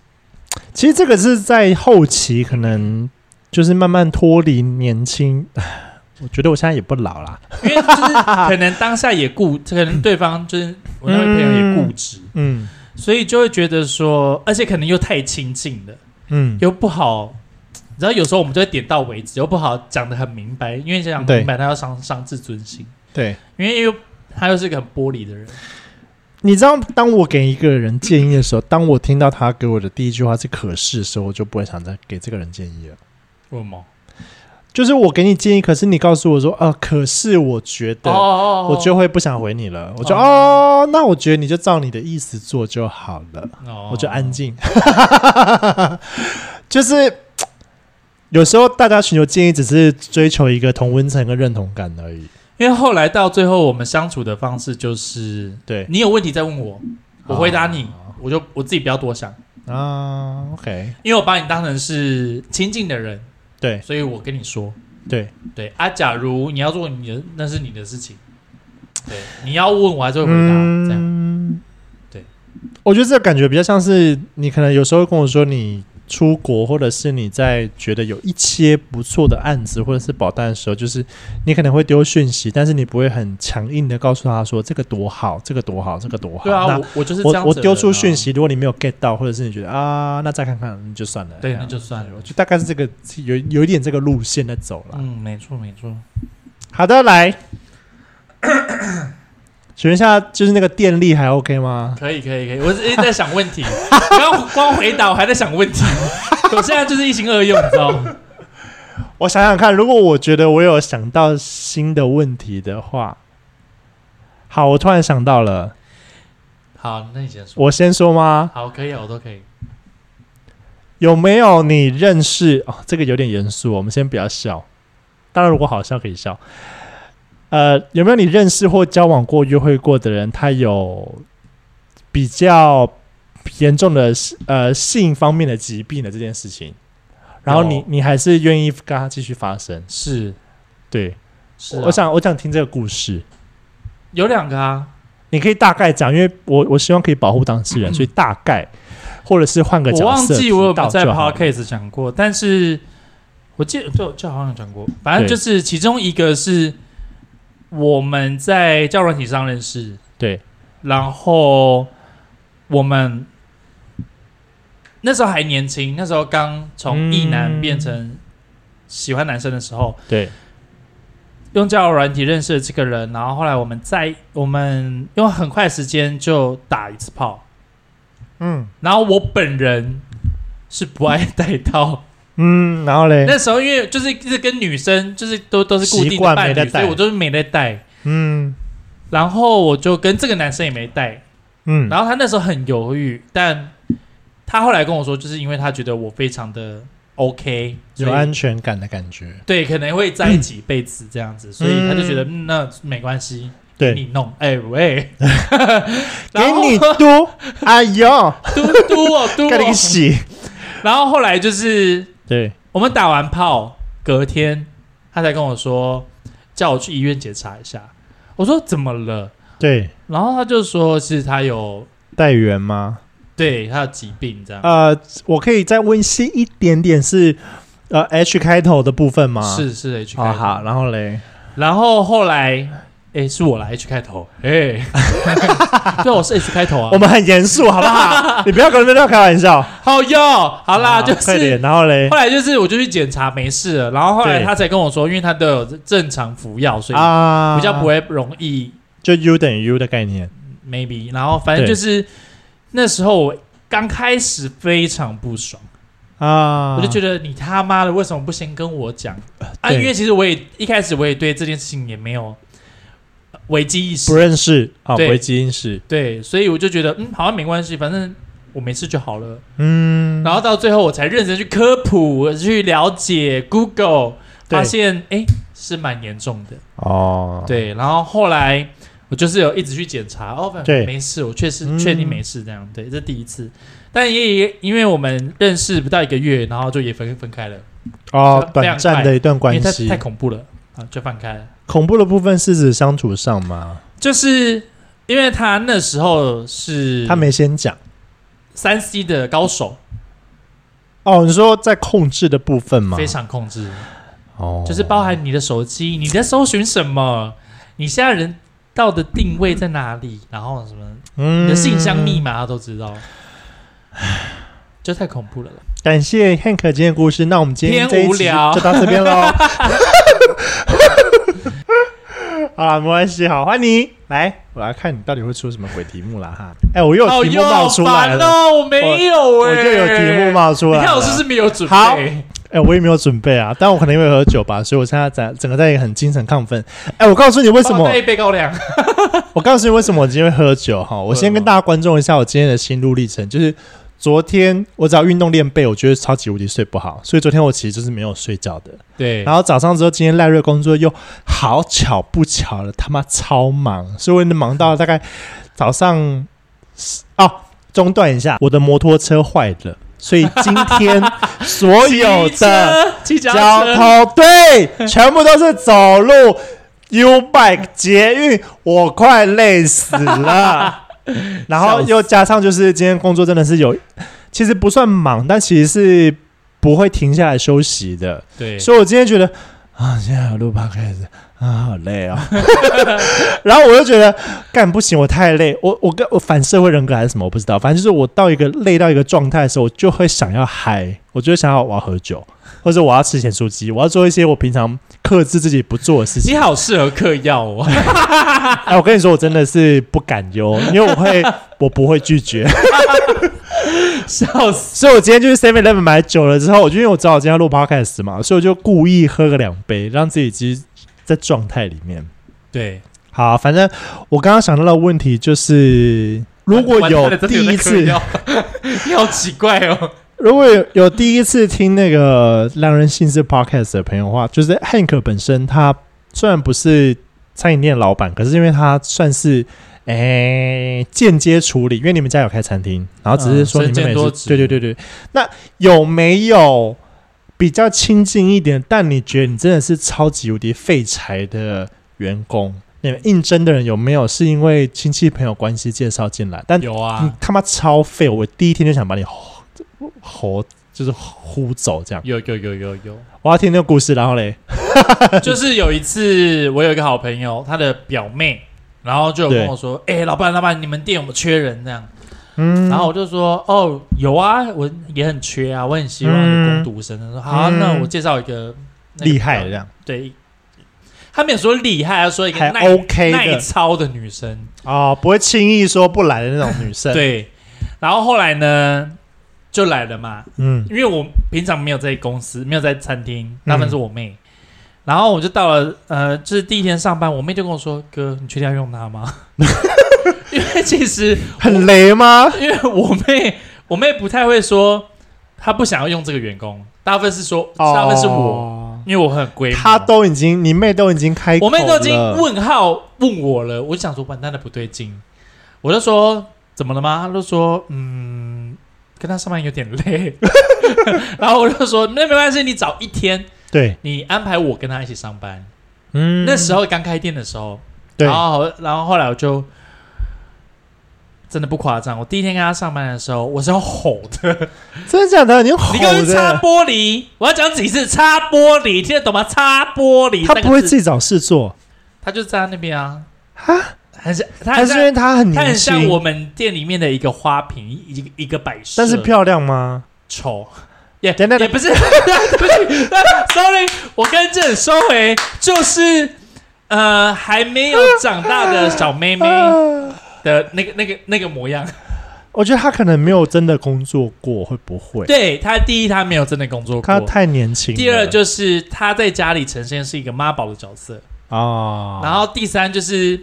A: 其实这个是在后期，可能就是慢慢脱离年轻。唉我觉得我现在也不老啦，
B: 因为就是可能当下也固，可能对方就是我那位朋友也固执，
A: 嗯
B: 所以就会觉得说，而且可能又太亲近了，
A: 嗯，
B: 又不好。你知道有时候我们就会点到为止，又不好讲的很明白，因为讲
A: 对
B: 明白他要伤伤自尊心，
A: 对。
B: 因为又他又是一个很玻璃的人，
A: 你知道，当我给一个人建议的时候，当我听到他给我的第一句话是“可是”的时候，我就不会想再给这个人建议了。
B: 为什么？
A: 就是我给你建议，可是你告诉我说：“啊，可是我觉得。
B: 哦
A: 我就会不想回你了，我就
B: 哦
A: 哦，那我觉得你就照你的意思做就好了。
B: 哦
A: 我就安。静。 就是有时候大家寻求建议，只是追求一个同温层跟认同感而已。
B: 因为后来到最后，我们相处的方式就是，
A: 对
B: 你有问题再问我，我回答你，
A: 哦
B: 我就我自己不要多想，
A: 啊，OK，
B: 因为我把你当成是亲近的人，
A: 对
B: 所以我跟你说，
A: 对，
B: 对啊，假如你要做你的，那是你的事情，对，你要问我还是会回答，这样
A: 嗯，
B: 对。
A: 我觉得这个感觉比较像是你可能有时候跟我说你出国，或者是你在觉得有一些不错的案子或者是保单的时候，就是你可能会丢讯息，但是你不会很强硬的告诉他说这个多好，这个多好，这个多好。
B: 对
A: 那
B: 啊，我我就是这样
A: 我
B: 子
A: 我
B: 的人啊
A: 丢出讯，息，如果你没有 get 到，或者是你觉得啊，那再看看，你就算了。
B: 对，啊
A: 这样
B: 那就算了
A: 哎我，就大概是这个有有一点这个路线在走了。
B: 嗯，没错没错，
A: 好的，来， 请问一下，就是那个电力还 OK 吗？
B: 可以可以可以，我一直在想问题， 刚刚光回答我还在想问题，我现在就是一心二用，你知道吗？
A: 我想想看，如果我觉得我有想到新的问题的话，好，我突然想到了，
B: 好，那你先说，
A: 我先说吗？
B: 好，可以啊，我都可以。
A: 有没有你认识？哦，这个有点严肃，我们先不要笑。当然，如果好笑可以笑。呃，有没有你认识或交往过、约会过的人，他有比较严重的呃性方面的疾病的这件事情？然后你
B: 有
A: 你还是愿意跟他继续发生？
B: 是
A: 对，
B: 是啊、
A: 我想我想听这个故事，
B: 有两个啊，
A: 你可以大概讲，因为我我希望可以保护当事人，所以大概或者是换个角
B: 嗯我
A: 色
B: 忘记我有
A: 提
B: 没有
A: 到
B: 在
A: 就好了
B: podcast 讲过，但是我记得就就好像有讲过，反正
A: 对
B: 就是其中一个是我们在教软体上认识，
A: 对
B: 然后我们那时候还年轻，那时候刚从异男
A: 嗯
B: 变成喜欢男生的时候，
A: 对
B: 用交友软体认识了这个人，然后后来我们在我们用很快的时间就打一次炮。
A: 嗯
B: 然后我本人是不爱带 套，
A: 嗯，然后嘞，
B: 那时候因为就是一直跟女生就是都都是固
A: 习
B: 定的
A: 惯
B: 伴
A: 没在
B: 侣，
A: 带
B: 所以我就是没在带。
A: 嗯
B: 然后我就跟这个男生也没带，
A: 嗯，
B: 然后他那时候很犹豫，但他后来跟我说，就是因为他觉得我非常的 OK，所
A: 有
B: 以
A: 安全感的感觉。
B: 对可能会在一起一辈子这样子，所以他就觉得、嗯那没关系，给
A: 对，
B: 你弄，哎喂，
A: 给
B: 然后
A: 你嘟， 哎呦，
B: 嘟嘟我嘟
A: 给
B: 我
A: 你，洗。
B: 然后后来就是
A: 对，
B: 我们打完炮，隔天他才跟我说，叫我去医院检查一下。我说怎么了？
A: 对，
B: 然后他就说是他有
A: 带源吗？
B: 对他有疾病这样。
A: 呃，我可以再温馨一点点是，呃，H 开头的部分吗？，
B: 是是 H
A: 好
B: 开头，
A: 啊好，然后嘞，
B: 然后后来，哎，是我来 H 开头，哎， 对，我是 H 开头啊。
A: 我们很严肃，好不 好？你不要跟人家开玩笑。啊
B: 好哦哟，好啦，就
A: 快
B: 是
A: 点，然后嘞
B: 后，来就是我就去检查没事了，然后后来
A: 对
B: 他才跟我说，因为他都有正常服药，所以
A: 啊，
B: 比较不，会容易
A: 就 U 等于 U 的概念。
B: maybe，然后反正就是那时候我刚开始非常不爽，
A: 啊，呃
B: 我就觉得你他妈的为什么不先跟我讲啊？
A: 对
B: 因为其实我也一开始我也对这件事情也没有呃危机意
A: 不
B: 识，
A: 认识啊，
B: 对
A: 维基因识，
B: 对，所以我就觉得嗯，好像没关系，反正我没事就好了。
A: 嗯，
B: 然后到最后我才认真去科普，去了解 Google，
A: 对
B: 发现哎是蛮严重的，
A: 哦，，
B: 对。然后后来我就是有一直去检查，哦，反正
A: 对
B: 没事，我确实
A: 嗯
B: 确定没事，这样对，这是第一次。但也也因为我们认识不到一个月，然后就也分分开了，
A: 哦，
B: 这样
A: 短暂的一段
B: 因为
A: 关
B: 太
A: 系
B: 太，恐怖了啊，就放开了。
A: 恐怖的部分是指相处上吗？
B: 就是因为他那时候是
A: 他没先讲
B: 三 C 的高手，
A: 哦，你说在控制的部分吗？
B: 非常控制，
A: 哦，
B: 就是包含你的手机，你在搜寻什么，你现在人到的定位在哪里，然后什么
A: 嗯
B: 你的信箱密码他都知道，就太恐怖了啦。
A: 感谢 Hank 今天的故事，那我们今天
B: 偏
A: 这一
B: 无
A: 集
B: 聊
A: 就到这边 喽。好啦，没关系，好，欢迎你来，我来看你到底会出什么鬼题目啦哈。哎、我又有
B: 哦
A: 题目
B: 哟
A: 冒出来
B: 烦
A: 了，
B: 哦，我没有哎、
A: 我就有题目冒出来了。
B: 你看我是不是没有准备？
A: 好哎、我也没有准备啊，但我可能因为喝酒吧，所以我现在在整个在一个很精神亢奋。哎、我告诉你为什
B: 帮我
A: 么
B: 带，一杯高粱？
A: 我告诉你为什么我今天会喝酒哈。我先跟大家观众一下我今天的心路历程，就是昨天我只要运动练背，我觉得超级无敌睡不好，所以昨天我其实就是没有睡觉的。
B: 对，
A: 然后早上之后，今天赖瑞工作又好巧不巧了，他妈超忙，所以我忙到大概早上哦，中断一下，我的摩托车坏了，所以今 天所有的
B: 骑车骑脚
A: 交
B: 踏车
A: 通对全部都是走路。U bike 捷运，我快累死了。然后又加上就是今天工作真的是有，其实不算忙，但其实是不会停下来休息的。
B: 对，
A: 所以我今天觉得啊，现在有录 podcast 啊，好累啊、 哦。然后我就觉得干不行，我太累，我我跟我反社会人格还是什么，我不知道。反正就是我到一个累到一个状态的时候，我就会想要嗨，我就会想要我要喝酒，或者我要吃咸酥鸡，我要做一些我平常克制自己不做的事情
B: 你。好适合嗑药哦。
A: 哎，我跟你说，我真的是不敢哟，因为我会 我不会拒绝。
B: 笑死！
A: 所以我今天就是 Seven Eleven 买酒了之后，我就因为我知道我今天要录 podcast 嘛，所以我就故意喝个两杯，让自己其实在状态里面。
B: 对，
A: 好，反正我刚刚想到的问题就是，如果
B: 完
A: 有
B: 蛋了
A: 第一，次
B: 真的，有在嗑药 你好奇怪 哦。
A: 如果有有第一次听那个《让人信是 Podcast 的朋友的话，就是 Hank 本身他虽然不是餐饮店老板，可是因为他算是诶间接处理，因为你们家有开餐厅，然后只是说
B: 嗯
A: 你们
B: 身兼
A: 每
B: 多
A: 次、
B: 职
A: 对对对对，那有没有比较亲近一点，但你觉得你真的是超级无敌废柴的员工？你们应征的人有没有是因为亲戚朋友关系介绍进来，但
B: 有
A: 你
B: 啊，
A: 他妈超废！我第一天就想把你吼吼，就是呼走这样。
B: 有有有有有。
A: 我要听那个故事，然后嘞，
B: 就是有一次，我有一个好朋友，他的表妹，然后就有跟我说：“哎、老板，老板，你们店有没有缺人？”这样，
A: 嗯，
B: 然后我就说：“哦，有啊，我也很缺啊，我很希望有工读生。他说：“好啊、
A: 嗯
B: 那我介绍一个、那个
A: 厉害的这样，
B: 对，他没有说厉害，他说一个
A: 还
B: 耐
A: OK 的
B: 耐操的女生。
A: 哦，不会轻易说不来的那种女生。，
B: 对，然后后来呢，就来了嘛，
A: 嗯
B: 因为我平常没有在公司，没有在餐厅，大部分是我妹。然后我就到了，呃，就是第一天上班，我妹就跟我说：“哥，你确定要用它吗？” 因为其实，
A: 很雷吗？
B: 因为我妹，我妹不太会说，她不想要用这个员工，大部分是说，大部分是我，
A: 哦，
B: 因为我很龟毛。
A: 他都已经，你妹都已经开口
B: 我妹都已经
A: 了
B: 问号问我了，我就想说完蛋了，不对劲，我就说怎么了吗？她就说嗯，跟她上班有点累， 然后我就说那没关系，你找一天，
A: 对，
B: 你安排我跟她一起上班。
A: 嗯
B: 那时候啊刚开店的时候，
A: 对
B: 然后然后后来我就真的不夸张，我第一天跟她上班的时候，我是要吼的，
A: 真的假的？你吼
B: 你给我去擦
A: 的，
B: 玻璃，我要讲几次擦玻璃，听得懂吗？擦玻璃，
A: 他不会
B: 这个字
A: 自己找事做，
B: 他就站在那边啊，
A: 哈，
B: 很像，他
A: 还
B: 很
A: 是
B: 像
A: 因为他很
B: 它
A: 年
B: 很像我
A: 轻，
B: 们店里面的一个花瓶，一一个一个摆设，
A: 但是漂亮吗？
B: 丑。也
A: 等等
B: 也不是， 不是，sorry，我跟正收回，就是呃还没有长大的小妹 妹
A: 啊
B: 的那个那个那个模样。
A: 我觉得他可能没有真的工作过，会不会？
B: 对她，第一她没有真的工作
A: 他
B: 过，
A: 太年轻了。
B: 第二就是她在家里呈现是一个妈宝的角色，
A: 啊，
B: 然后第三就是，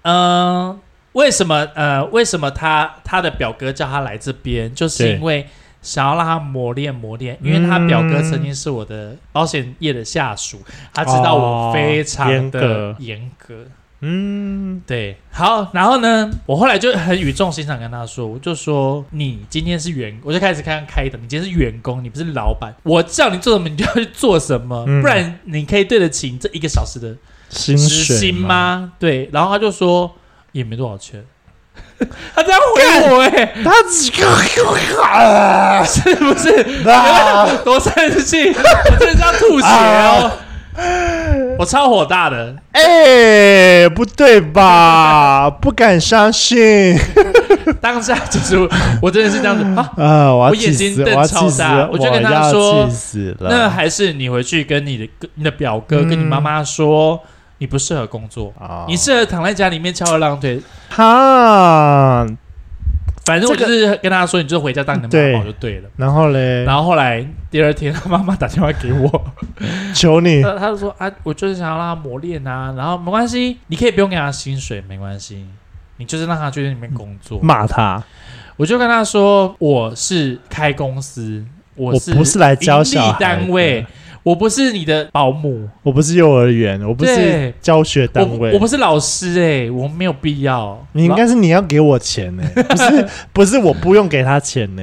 B: 嗯、为什么呃，为什么他他的表哥叫他来这边，就是
A: 对
B: 因为想要让他磨练磨练，因为他表哥曾经是我的保险业的下属，他知道我非常
A: 哦严
B: 的
A: 格
B: 严格，
A: 嗯，
B: 对，好，然后呢，我后来就很语重心长跟他说，我就说你今天是员，我就开始看开的，你今天是员工，你不是老板，我叫你做什么你就要去做什么，
A: 嗯
B: 不然你可以对得起你这一个小时的
A: 薪
B: 时
A: 水
B: 薪
A: 嘛？
B: 吗？对，然后他就说也没多少钱， 他这样回我哎、
A: 他只啊
B: 是不是？
A: 啊！
B: 多生气，我真的是要吐血哦！ 我超火大的，
A: 哎、不对吧？不敢相信
B: 当下就是我真的是这样子啊。
A: 啊！我要
B: 我眼
A: 气
B: 睛
A: 死！我
B: 瞪
A: 要
B: 超
A: 气死！
B: 大我就跟他
A: 要
B: 说
A: 气死了。
B: 那还是你回去跟你的跟你的表哥、
A: 嗯
B: 跟你妈妈说，你不适合工作，
A: 啊
B: 你适合躺在家里面翘二郎腿。
A: 哈，
B: 反正我
A: 这个
B: 就是跟他说，你就回家当你的妈宝就对了。
A: 然后嘞，
B: 然后后来第二天，他妈妈打电话给我，
A: 求你，
B: 他他就说啊，我就是想要让他磨练啊，然后没关系，你可以不用给他薪水，没关系，你就是让他去那边工作。
A: 骂他，
B: 我就跟他说，我是开公司，我
A: 我
B: 是
A: 不是来教小
B: 盈
A: 孩
B: 利
A: 的
B: 单位，我不是你的保姆，
A: 我不是幼儿园，我不是
B: 对
A: 教学单
B: 我
A: 位，
B: 我不是老师哎、我没有必要。
A: 你应该是你要给我钱呢、不是不是我不用给他钱呢、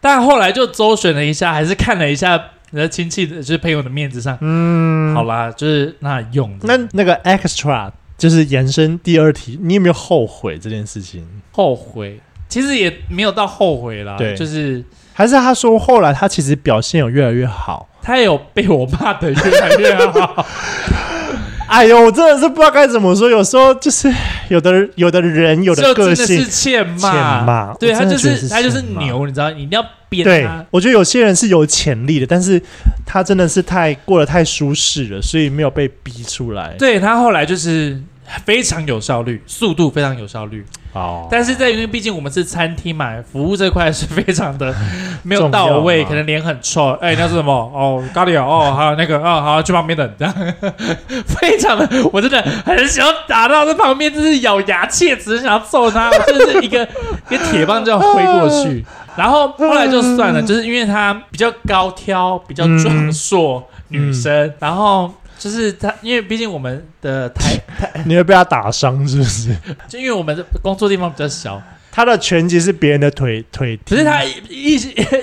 B: 但后来就周旋了一下，还是看了一下你的亲戚的，就是朋友的面子上，
A: 嗯，
B: 好啦，就是那用
A: 那
B: 着。
A: 那个 extra 就是延伸第二题，你有没有后悔这件事情？
B: 后悔，其实也没有到后悔啦，
A: 对
B: 就是
A: 还是他说后来他其实表现有越来越好？
B: 他有被我骂的越来越好。
A: 哎呦，我真的是不知道该怎么说。有时候就是有的有的人 有
B: 就
A: 的
B: 真
A: 个
B: 的
A: 性
B: 是欠骂，
A: 欠骂
B: 对
A: 我
B: 他
A: 真的
B: 就
A: 觉得
B: 是
A: 是
B: 他就是
A: 欠骂
B: 牛，你知道，你一定要
A: 对
B: 鞭他。，
A: 我觉得有些人是有潜力的，但是他真的是太过得太舒适了，所以没有被逼出来。
B: 对他后来就是非常有效率，速度非常有效率。
A: 哦
B: 但是在因为毕竟我们是餐厅嘛，服务这块是非 常的没有
A: 重要
B: 到位，
A: 嘛
B: 可能脸很臭。哎、那是什么？哦，咖喱哦，哦，还有那个哦，好，去旁边等。 这样非常的，我真的很想要打到这旁边，就是咬牙切齿，很想要揍他，我真的是一个 一个铁棒这样挥过 去。然后后来就算了，就是因为她比较高挑，比较壮硕、女
A: 嗯
B: 生，然后。就是她，因为毕竟我们的台，
A: 你会被他打伤是不 是？
B: 就因为我们的工作地方比较小，
A: 他的拳击是别人的腿腿踢，
B: 可是他一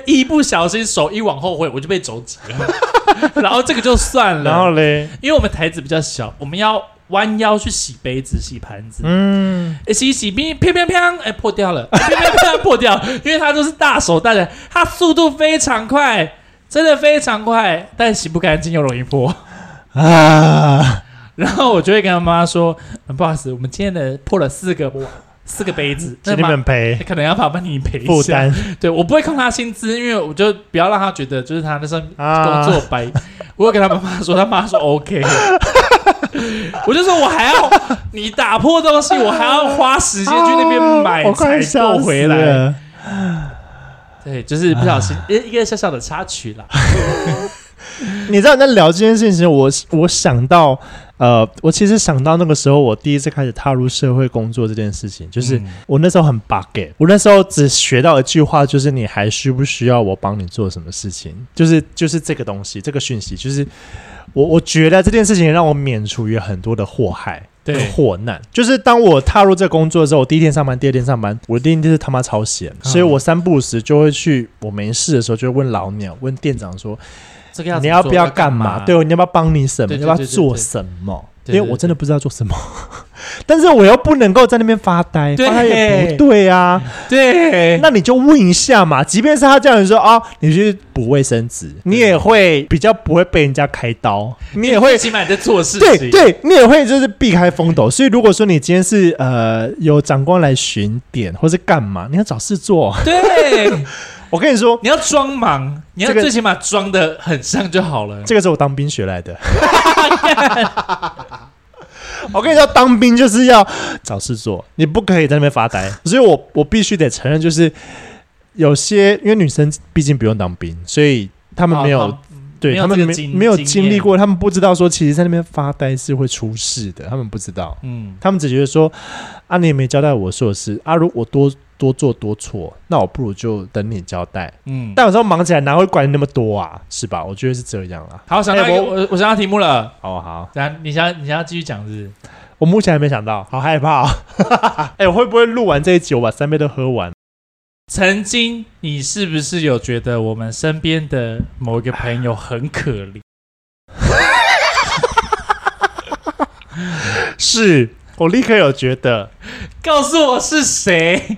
B: 一一不小心手一往后挥，我就被肘击了。 然后这个就算了，
A: 然后嘞，
B: 因为我们台子比较小，我们要弯腰去洗杯子、洗盘子，
A: 嗯，
B: 诶洗一洗，乒乒乒乓，哎破掉了，乒乒乓 破掉，因为他都是大手大脚，他速度非常快，真的非常快，但洗不干净又容易破。 嗯
A: 啊，
B: 然后我就会跟他妈妈说、嗯不好意思，我们今天的破了四个四个杯子，那
A: 请你
B: 妈
A: 们赔
B: 可能要麻烦你赔一下
A: 负担
B: 对我不会控他薪资，因为我就不要让他觉得就是他那时候工
A: 啊。
B: 作白。我有跟他妈妈说，他妈说 OK，我就说我还要你打破东西，我还要花时间去那边买
A: 啊我
B: 采
A: 快笑
B: 购
A: 死
B: 回来。
A: 了。啊
B: 对，就是不小心一一个小小的插曲啦。
A: 你知道你在聊这件事情时，我我想到，呃，我其实想到那个时候，我第一次开始踏入社会工作这件事情，就是
B: 嗯
A: 我那时候很 bug，、欸、我那时候只学到一句话，就是你还需不需要我帮你做什么事情？就是就是这个东西，这个讯息，就是我我觉得这件事情让我免除于很多的祸害。
B: 对
A: 跟祸难就是当我踏入这工作的时候，我第一天上班，第二天上班，我第一天就是他妈超闲，
B: 嗯
A: 所以我三不五时就会去，我没事的时候就会问老鸟，问店长说，
B: 这个要
A: 你
B: 怎么
A: 要
B: 做
A: 不要干嘛？对，你要不要帮你什么？
B: 对
A: 你
B: 对
A: 要不
B: 对
A: 要
B: 对
A: 做
B: 对
A: 什么？
B: 对
A: 因为
B: 对
A: 我真的不知道做什么， 但是我又不能够在那边发呆，
B: 对
A: 发呆也不对啊。
B: 对，
A: 那你就问一下嘛，即便是他叫你说啊，你去补卫生纸，你也会比较不会被人家开刀，你也会
B: 最起码你在做事
A: 对
B: 情。
A: 对，你也会就是避开风头。所以如果说你今天是呃有长官来巡点或是干嘛，你要找事做。
B: 对，
A: 我跟你说，
B: 你要装忙，你要
A: 这个
B: 最起码装的很像就好了。
A: 这个是我当兵学来的。 我跟你说，当兵就是要找事做，你不可以在那边发呆。所以我我必须得承认，就是有些因为女生毕竟不用当兵，所以她们没有、
B: 哦好好
A: 对
B: 没有
A: 她们
B: 这
A: 没
B: 个经
A: 没有
B: 经
A: 经历
B: 验
A: 过，她们不知道说其实在那边发呆是会出事的，她们不知道，
B: 嗯，
A: 她们只觉得说啊你也没交代我说的事啊，如果多多做多错，那我不如就等你交代。
B: 嗯，
A: 但有时候忙起来哪会管你那么多啊，是吧？我觉得是这样啦。
B: 好，想到
A: 哎
B: 一个
A: 我
B: 我我想到题目了，
A: 好好。
B: 然你想你想要继续讲是不是？
A: 我我目前还没想到，好害怕、哦。 哎、我会不会录完这一集，我把三杯都喝完？
B: 曾经你是不是有觉得我们身边的某一个朋友很可怜？
A: 是我立刻有觉得，
B: 告诉我是谁，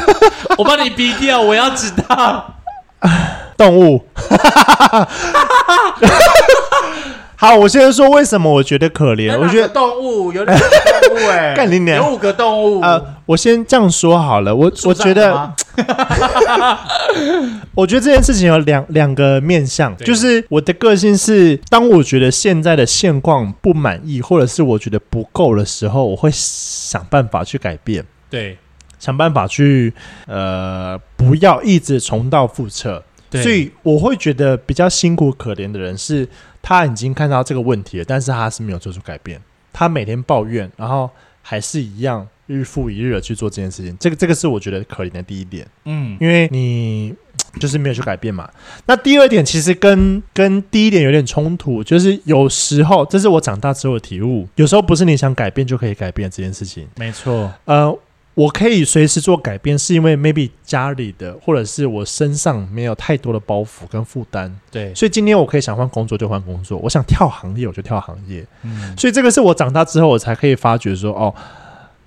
B: 我帮你逼掉，我要知 道。
A: 动物。 好，我先说为什么我觉得可怜。我觉得
B: 动物有两个动物 哎
A: 干你娘
B: 有五个动物
A: 呃，我先这样说好了，我我觉得，我觉得这件事情有两两个面向，
B: 对
A: 就是我的个性是，当我觉得现在的现况不满意，或者是我觉得不够的时候，我会想办法去改变，
B: 对
A: 想办法去呃，不要一直重蹈覆辙。
B: 对，
A: 所以我会觉得比较辛苦可怜的人是，他已经看到这个问题了，但是他是没有做出改变，他每天抱怨，然后还是一样日复一日的去做这件事情。这个这个是我觉得可怜的第一点，
B: 嗯，
A: 因为你就是没有去改变嘛。那第二点其实跟跟第一点有点冲突，就是有时候这是我长大之后的体悟，有时候不是你想改变就可以改变这件事情。
B: 没错，
A: 呃，我可以随时做改变，是因为 maybe 家里的或者是我身上没有太多的包袱跟负担，
B: 对，
A: 所以今天我可以想换工作就换工作，我想跳行业我就跳行业，
B: 嗯，
A: 所以这个是我长大之后我才可以发觉说，哦，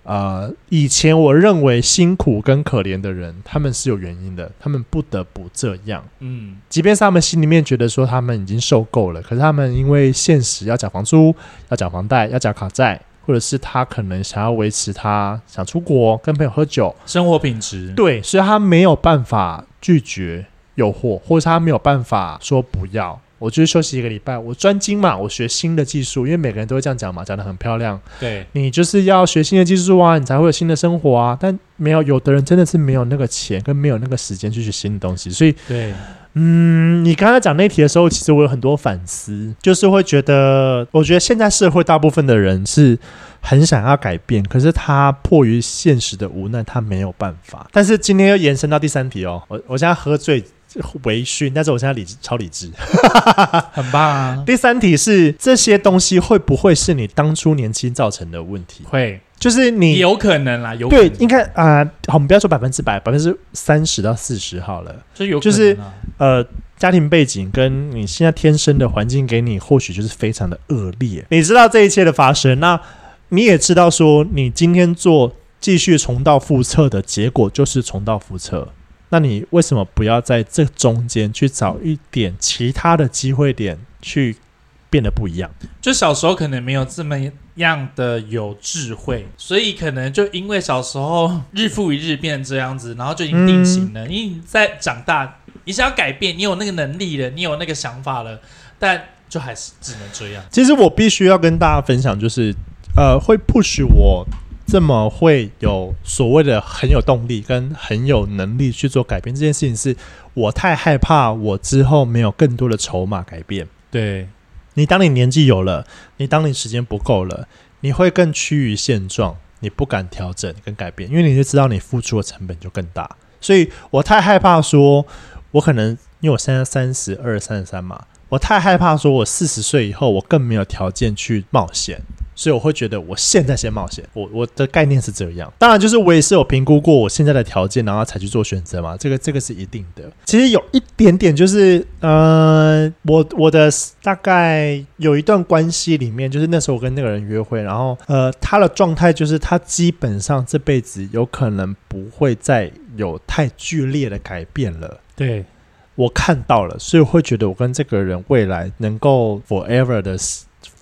A: 呃，以前我认为辛苦跟可怜的人，他们是有原因的，他们不得不这样。
B: 嗯，
A: 即便是他们心里面觉得说他们已经受够了，可是他们因为现实要缴房租、要缴房贷、要缴卡债，或者是他可能想要维持他想出国跟朋友喝酒，
B: 生活品质，
A: 对，所以他没有办法拒绝诱惑，或者是他没有办法说不要。我就是休息一个礼拜，我专精嘛，我学新的技术，因为每个人都会这样讲嘛，讲得很漂亮。
B: 对
A: 你就是要学新的技术啊，你才会有新的生活啊。但没有，有的人真的是没有那个钱跟没有那个时间去学新的东西，所以
B: 对，
A: 嗯，你刚才讲那题的时候，其实我有很多反思，就是会觉得，我觉得现在社会大部分的人是很想要改变，可是他迫于现实的无奈，他没有办法。但是今天又延伸到第三题哦，我我现在喝醉微醺，但是我现在理智超理智。
B: 很棒啊，
A: 第三题是这些东西会不会是你当初年轻造成的问题？
B: 会
A: 就是你
B: 有可能啦，有可
A: 对
B: 能，
A: 应该啊、好，我们不要说百分之百，百分之三十到四十好了。
B: 就有可
A: 就
B: 能
A: 是
B: 啊
A: 呃，家庭背景跟你现在天生的环境给你，或许就是非常的恶劣。你知道这一切的发生，那你也知道说，你今天做继续重蹈覆辙的结果就是重蹈覆辙。那你为什么不要在这中间去找一点其他的机会点去变得不一样？
B: 就小时候可能没有这么样的有智慧，所以可能就因为小时候日复一日变成这样子，然后就已经定型了。因为你在长大，你想要改变，你有那个能力了，你有那个想法了，但就还是只能这样。
A: 其实我必须要跟大家分享，就是呃，会 push 我这么会有所谓的很有动力跟很有能力去做改变这件事情是，我太害怕我之后没有更多的筹码改变。
B: 对，
A: 你当你年纪有了，你当你时间不够了，你会更趋于现状，你不敢调整跟改变，因为你就知道你付出的成本就更大。所以我太害怕说，我可能因为我现在三十二、三十三嘛，我太害怕说我四十岁以后我更没有条件去冒险。所以我会觉得我现在先冒险，我我的概念是这样。当然，就是我也是有评估过我现在的条件，然后才去做选择嘛。这个这个是一定的。其实有一点点就是，呃，我我的大概有一段关系里面，就是那时候我跟那个人约会，然后呃，他的状态就是他基本上这辈子有可能不会再有太剧烈的改变了。
B: 对，
A: 我看到了，所以会觉得我跟这个人未来能够 forever 的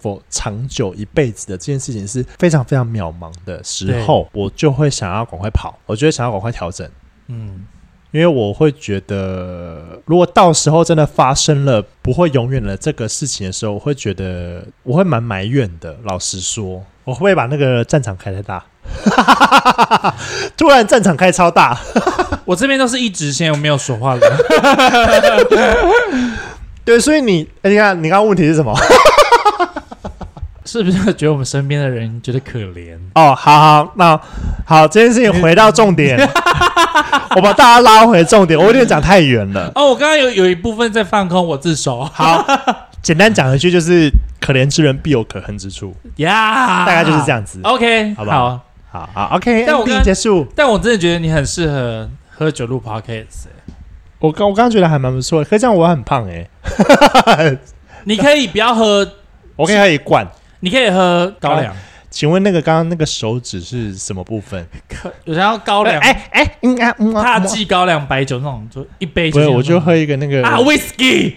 A: for 长久一辈子的这件事情是非常非常渺茫的时候，我就会想要赶快跑，我就会想要赶快调整，
B: 嗯，
A: 因为我会觉得，如果到时候真的发生了不会永远的这个事情的时候，我会觉得我会蛮埋怨的。老实说，我会不会把那个战场开太大， 突然战场开超大。
B: 我这边都是一直线，我没有说话了。
A: 对，所以你，哎你看，你刚刚问题是什么？
B: 是不是觉得我们身边的人觉得可怜？
A: 哦，好好，那好，这件事情回到重 点，我把大家拉回重点，我有点讲太远了。
B: 哦，我刚刚有有一部分在放空我自首。好，
A: 简单讲一句，就是可怜之人必有可恨之处，
B: 呀，
A: 大概就是这。样子。
B: OK，
A: 好
B: 好
A: 不好好好，OK，
B: 但我
A: ending
B: 刚
A: 结束。
B: 但我真的觉得你很适合喝酒录 Podcast，欸、
A: 我刚我刚刚觉得还蛮不错的，可是这样我很胖哎，
B: 你可以不要喝，
A: 我可以喝一罐。
B: 你可以喝高粱，
A: 请问那个刚刚那个手指是什么部分？
B: 有想要高粱，
A: 哎哎，应该嗯
B: 踏
A: 啊，嗯啊
B: 记高粱白酒那种，就一杯
A: 不，
B: 就是是那种。
A: 我就喝一个那个
B: 啊，whisky。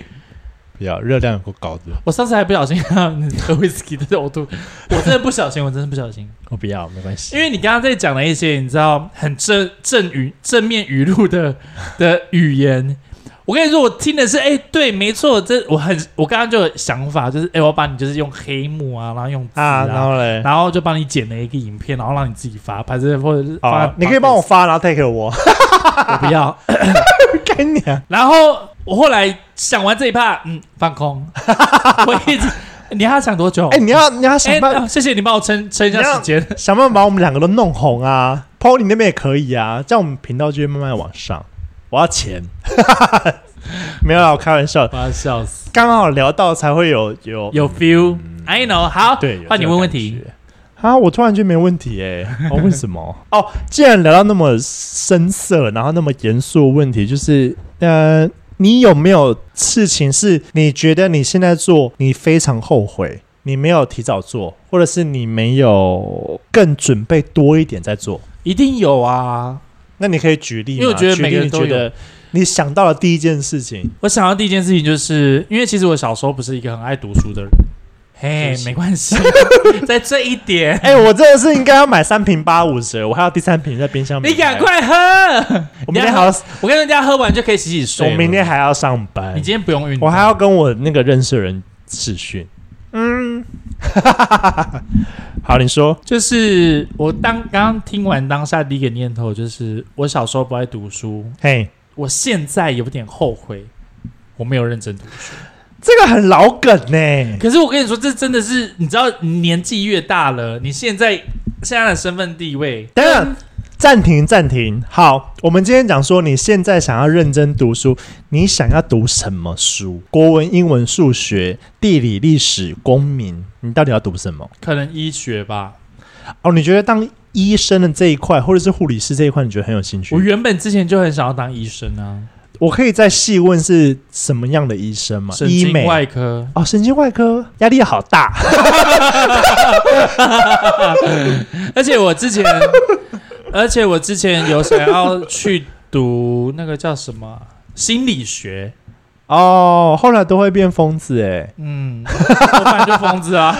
A: 比较热量有够高的，
B: 我上次还不小心看到你喝 whisky 的呕吐， 我真的不小心，我真的不小心。
A: 我不要，没关系。
B: 因为你刚刚在讲了一些你知道很正正语正面语录的 的语言，我跟你说，我听的是哎、对，没错，这我很我刚刚就有想法，就是哎、我把你就是用黑幕啊，然后用字
A: 啊，然
B: 然后
A: 后嘞，
B: 就帮你剪了一个影片，然后让你自己发，拍这或者是发、
A: 哦，你可以帮我，发，然后 take 我，
B: 我不要。
A: 干你啊！
B: 然后我后来想完这一趴，嗯，放空，我 一直你还要想多久？
A: 哎，你要你要想
B: 哎、
A: 办
B: 哦谢谢你帮我撑撑一下
A: 你要
B: 时间。
A: 想办法把我们两个都弄红啊，PO 你那边也可以啊，这样我们频道就会慢慢往上。我要钱， 没有啦，我开玩笑的，
B: 我要笑死，
A: 刚好聊到才会有有
B: 有 feel，I know。好，
A: 嗯 对，有
B: 换你
A: 这个
B: 问问
A: 感
B: 题。
A: 觉。啊！我突然就没问题哎、 哦，为什么？哦，既然聊到那么深色，然后那么严肃的问题，就是呃，你有没有事情是你觉得你现在做你非常后悔，你没有提早做，或者是你没有更准备多一点再做？
B: 一定有啊！
A: 那你可以举例吗，
B: 因为我觉得
A: 举
B: 每
A: 例
B: 个人
A: 你
B: 都
A: 觉得你想到了第一件事情，
B: 我想到第一件事情就是，因为其实我小时候不是一个很爱读书的人，嘿，
A: 是
B: 没关系， 在这一点，
A: 哎、我真的是应该要买三瓶八五折，我还有第三瓶在冰箱里。
B: 你赶！快喝！
A: 我明天还要，
B: 我跟人家喝完就可以洗洗
A: 我
B: 睡了。
A: 明天还要上班。
B: 你今天不用运动，
A: 嗯我还要跟我那个认识的人视讯。嗯，好，你说
B: 就是我当刚刚听完当下第一个念头就是，我小时候不爱读书，
A: 嘿，
B: 我现在有点后悔，我没有认真读书。
A: 这个很老梗呢、
B: 可是我跟你说，这真的是你知道，你年纪越大了，你现在现在的身份地位，
A: 等等，暂停，暂停。好，我们今天讲说，你现在想要认真读书，你想要读什么书？国文、英文、数学、地理、历史、公民，你到底要读什么？
B: 可能医学吧。
A: 哦，你觉得当医生的这一块，或者是护理师这一块，你觉得很有兴趣？
B: 我
A: 我
B: 原本之前就很想要当医生啊，
A: 我可以再细问是什么样的医生吗？
B: 神
A: 医
B: 经
A: 美
B: 外科。
A: 哦，神经外科压力好大。
B: 而且我 之前，而且我之前有想要去读那个叫什么心理学，
A: 哦，后来都会变疯子哎、
B: 嗯，我反正就疯子 啊。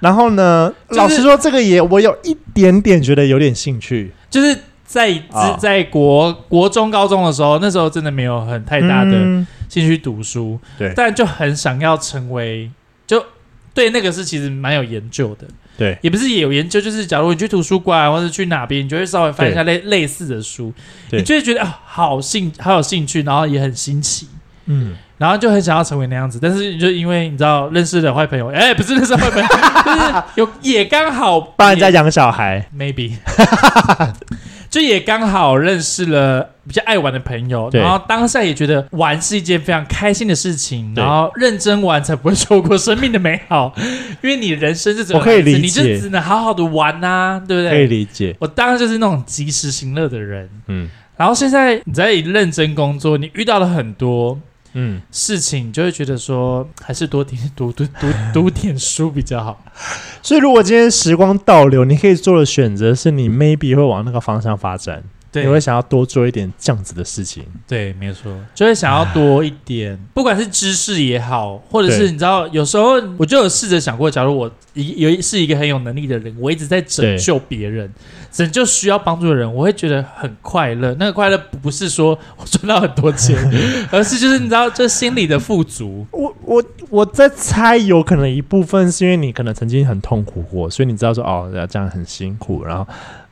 A: 然后呢，
B: 就是
A: 老实说，这个也我有一点点觉得有点兴趣，
B: 就是在
A: 啊
B: 在在国国中高中的时候，那时候真的没有很太大的
A: 嗯
B: 兴趣读书，
A: 对
B: 但就很想要成为就。对那个是其实蛮有研究的，
A: 对
B: 也不是也有研究，就是假如你去图书馆或者去哪边，你就会稍微翻一下类类似的书，
A: 对
B: 你就会觉得啊，好兴，好有兴趣，然后也很新奇，
A: 嗯，
B: 然后就很想要成为那样子。但是就因为你知道认识的坏朋友，哎，不是认识坏朋友， 就是有也刚 好
A: 帮人家
B: 也
A: 养小孩，
B: maybe，就也刚好认识了比较爱玩的朋友，
A: 对
B: 然后当下也觉得玩是一件非常开心的事情，
A: 对
B: 然后认真玩才不会错过生命的美好， 因为你人生就只有
A: 我可以
B: 一次
A: 理
B: 你就
A: 解
B: 只能好好的玩呐、对不
A: 可以
B: 对？
A: 理解，
B: 我当然就是那种及时行乐的人，
A: 嗯
B: 然后现在你在认真工作，你遇到了很多。
A: 嗯，
B: 事情你就会觉得说，还是多听读读读读点书比较好。
A: 所以如果今天时光倒流，你可以做的选择是你 maybe 会往那个方向发展，
B: 对，
A: 你会想要多做一点这样子的事情，
B: 对，没错，就会想要多一点，不管是知识也好，或者是
A: 对
B: 你知道，有时候我就有试着想过，假如我一有一是一个很有能力的人，我一直在
A: 对
B: 拯救别人，拯救需要帮助的人，我会觉得很快乐。那个快乐不是说我赚到很 多钱，而是就是你知道，这心里的富足。
A: 我我我在猜，有可能一部分是因为你可能曾经很痛苦过，所以你知道说哦，这样很辛苦，然后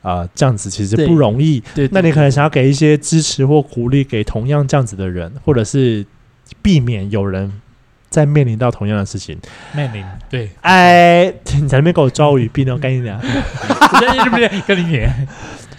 A: 啊、呃这样子其实
B: 对
A: 不容易。
B: 对，
A: 那
B: 对
A: 你可能想要给一些支持或鼓励给同样这样子的人，或者是避免有人在面临到同样的事情。
B: 面临对，
A: 哎，你在那边给我抓我语病哦，干你娘！
B: 我觉得是不是跟你演？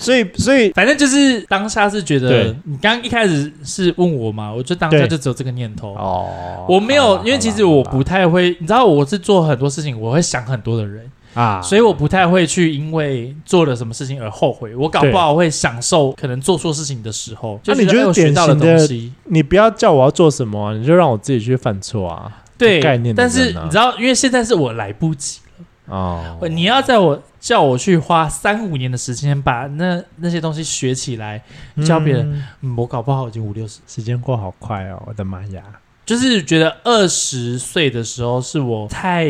A: 所以所以
B: 反正就是当下是觉得
A: 对，
B: 你刚刚一开始是问我嘛，我就当下
A: 对
B: 就只有这个念头，
A: 哦
B: 我没有，因为其实我不太会，你知道我是做很多事情，我会想很多的人，
A: 啊，
B: 所以我不太会去因为做了什么事情而后悔，我搞
A: 对
B: 不好会享受可能做错事情的时候，就
A: 那你
B: 觉
A: 就是
B: 哎我学
A: 典
B: 到了
A: 型的
B: 东西。
A: 你不要叫我要做什么啊、你就让我自己去犯错啊。
B: 对，
A: 概念的
B: 但是
A: 人啊
B: 你知道，因为现在是我来不及，
A: 哦，
B: 你要在我叫我去花三五年的时间把那那些东西学起来，教别人
A: 嗯
B: 嗯我搞不好已经五六十，
A: 时间过好快哦，我的妈呀！
B: 就是觉得二十岁的时候是我太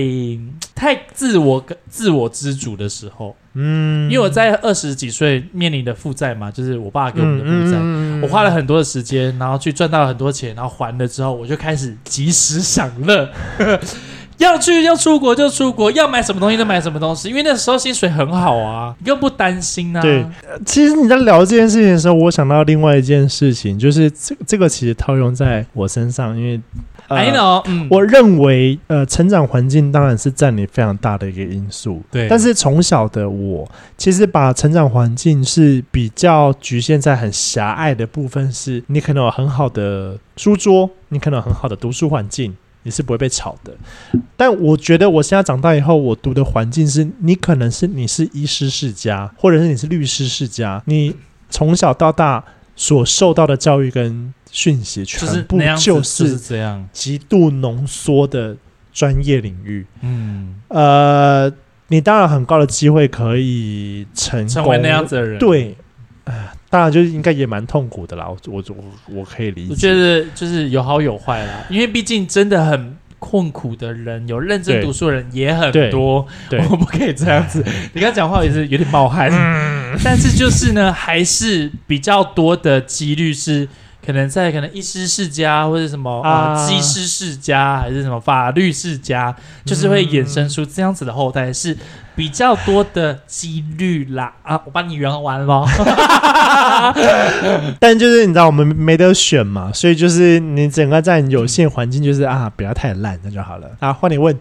B: 太自我自我知足的时候，
A: 嗯
B: 因为我在二十几岁面临的负债嘛，就是我爸给我们的负债。
A: 嗯嗯嗯嗯
B: 我花了很多的时间，然后去赚到了很多钱，然后还了之后，我就开始及时享乐， 要去要出国就出国，要买什么东西就买什么东西，因为那时候薪水很好啊，你又不担心啊。
A: 对其实你在聊这件事情的时候，我想到另外一件事情，就是这这个其实套用在我身上，因为、呃、
B: ，I know，嗯，
A: 我认为呃，成长环境当然是占你非常大的一个因素。
B: 对
A: 但是从小的我，其实把成长环境是比较局限在很狭隘的部分，是你可能有很好的书桌，你可能有很好的读书环境，你是不会被吵的。但我觉得我现在长大以后，我读的环境是你可能是你是医师世家，或者是你是律师世家，你从小到大所受到的教育跟讯息，
B: 就
A: 全
B: 是
A: 部
B: 那样子，
A: 就
B: 就是
A: 是
B: 这样，
A: 极度浓缩的专业领域。
B: 嗯，
A: 呃，你当然很高的机会可以成功，
B: 成为那样子的人，，
A: 对，啊、当然就是应该也蛮痛苦的啦。我我我我可以理解，
B: 我觉得就是有好有坏啦，因为毕竟真的很。困苦的人，有认真
A: 对
B: 读书的人也很
A: 对
B: 多，
A: 对
B: 我不可以这样子。你刚讲话也是有点冒汗，
A: 嗯
B: 但是就是呢，还是比较多的几率是可能在可能医师世家或者什么啊
A: 啊嗯
B: 技师世家还是什么法律世家，就是会衍生出这样子的后代是比较多的几率啦。啊，我帮你圆完 了，
A: 但就是你知道我们没得选嘛，所以就是你整个在有限环境，就是啊，不要太烂，那就好了。啊，换你问，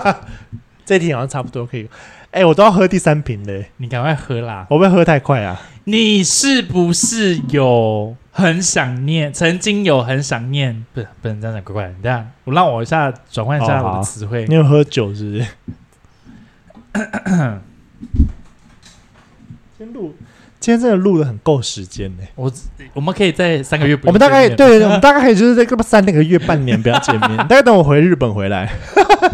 A: 这一题好像差不多可以。哎、我都要喝第三瓶嘞，
B: 你赶快喝啦。
A: 我会不会喝太快啊？
B: 你是不是有很想念？曾经有很想念？不是，不能这样讲，乖乖，你这样，我让我一下转换一下
A: 哦
B: 我
A: 好
B: 的词汇。
A: 你有喝酒是 不是？今天录，今天真的录的很够时间呢、
B: 我我们可以在三个月不
A: 我
B: 用
A: 们大概
B: 见面
A: 对，我们 大概可以就是在个三那个月半年不要见面，大概等我回日本回来。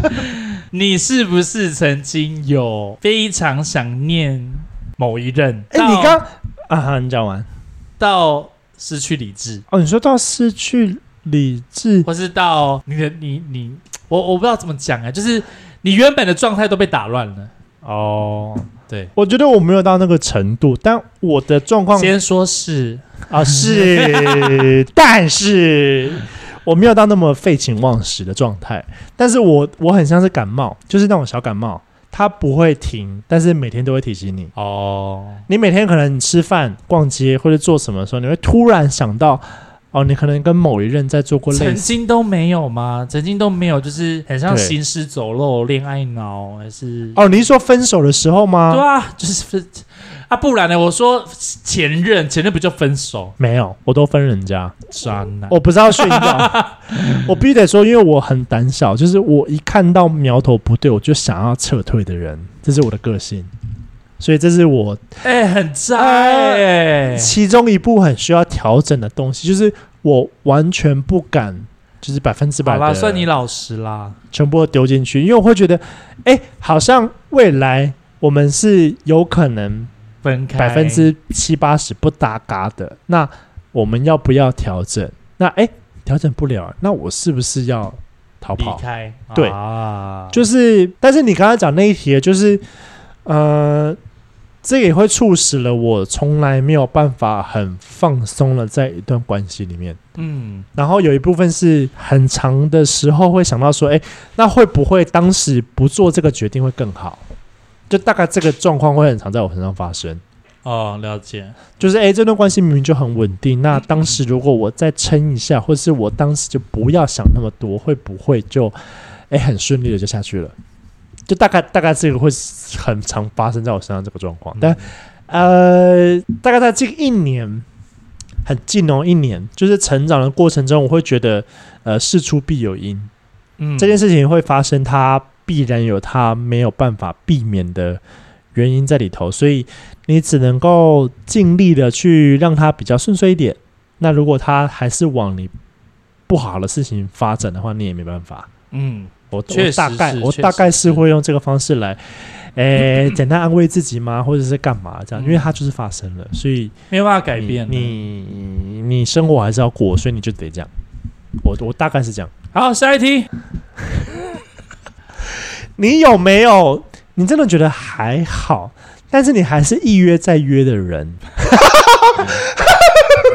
B: 你是不是曾经有非常想念某一任？
A: 哎、
B: 到
A: 你刚啊哈，你讲完
B: 到失去理智，
A: 哦，你说到失去理智，
B: 或是到你的你你我我不知道怎么讲啊、就是你原本的状态都被打乱了。
A: 哦，
B: 对，
A: 我觉得我没有到那个程度，但我的状况
B: 先说是
A: 啊是，但是我没有到那么废寝忘食的状态，但是我我很像是感冒，就是那种小感冒，它不会停，但是每天都会提醒你。
B: 哦，
A: 你每天可能你吃饭、逛街或者做什么的时候，你会突然想到，哦，你可能跟某一任在做过类
B: 曾
A: 似，
B: 经都没有吗？曾经都没有，就是很像
A: 对
B: 行尸走肉、恋爱脑，还是
A: 哦，你是说分手的时候吗？
B: 对啊，就是 啊，不然呢？我说前任，前任不就分手？
A: 没有，我都分人家，
B: 渣男，
A: 我不是要炫耀， 我必须得说，因为我很胆小，就是我一看到苗头不对，我就想要撤退的人，这是我的个性，所以这是我
B: 哎、很渣哎、
A: 其中一部很需要调整的东西，就是我完全不敢，就是百分之百
B: 好啦，
A: 的
B: 算你老实啦。
A: 全部都丢进去，因为我会觉得，哎、好像未来我们是有可能
B: 分开
A: 百分之七八十不搭嘎的，那我们要不要调整？那哎，诶调、整不了，那我是不是要逃
B: 离
A: 跑？
B: 开，
A: 对
B: 啊，
A: 就是，但是你刚刚讲那一题，就是，呃，这也会促使了我从来没有办法很放松了在一段关系里面。
B: 嗯，
A: 然后有一部分是很长的时候会想到说，哎，那会不会当时不做这个决定会更好？就大概这个状况会很常在我身上发生。
B: 哦，了解，
A: 就是哎，诶这段关系明明就很稳定，那当时如果我再撑一下，或是我当时就不要想那么多，会不会就哎很顺利的就下去了？就大概大概这个会很常发生在我身上这个状况，但呃，大概在近一年，很近哦，一年，就是成长的过程中，我会觉得，呃，事出必有因，
B: 嗯，
A: 这件事情会发生，它必然有它没有办法避免的原因在里头，所以你只能够尽力的去让它比较顺遂一点。那如果它还是往你不好的事情发展的话，你也没办法。
B: 嗯，
A: 我
B: 确
A: 我
B: 实
A: 大概
B: 是
A: 我
B: 确
A: 大
B: 实
A: 概是
B: 是
A: 会用这个方式来， 诶、简单安慰自己吗？或者是干嘛这样？因为
B: 嗯
A: 它就是发生了，所以
B: 没有办法改变的。
A: 你你你生活还是要过，所以你就得这样。我我大概是这样。
B: 好，下一题，
A: 你有没有？你真的觉得还好，但是你还是一约再约的人。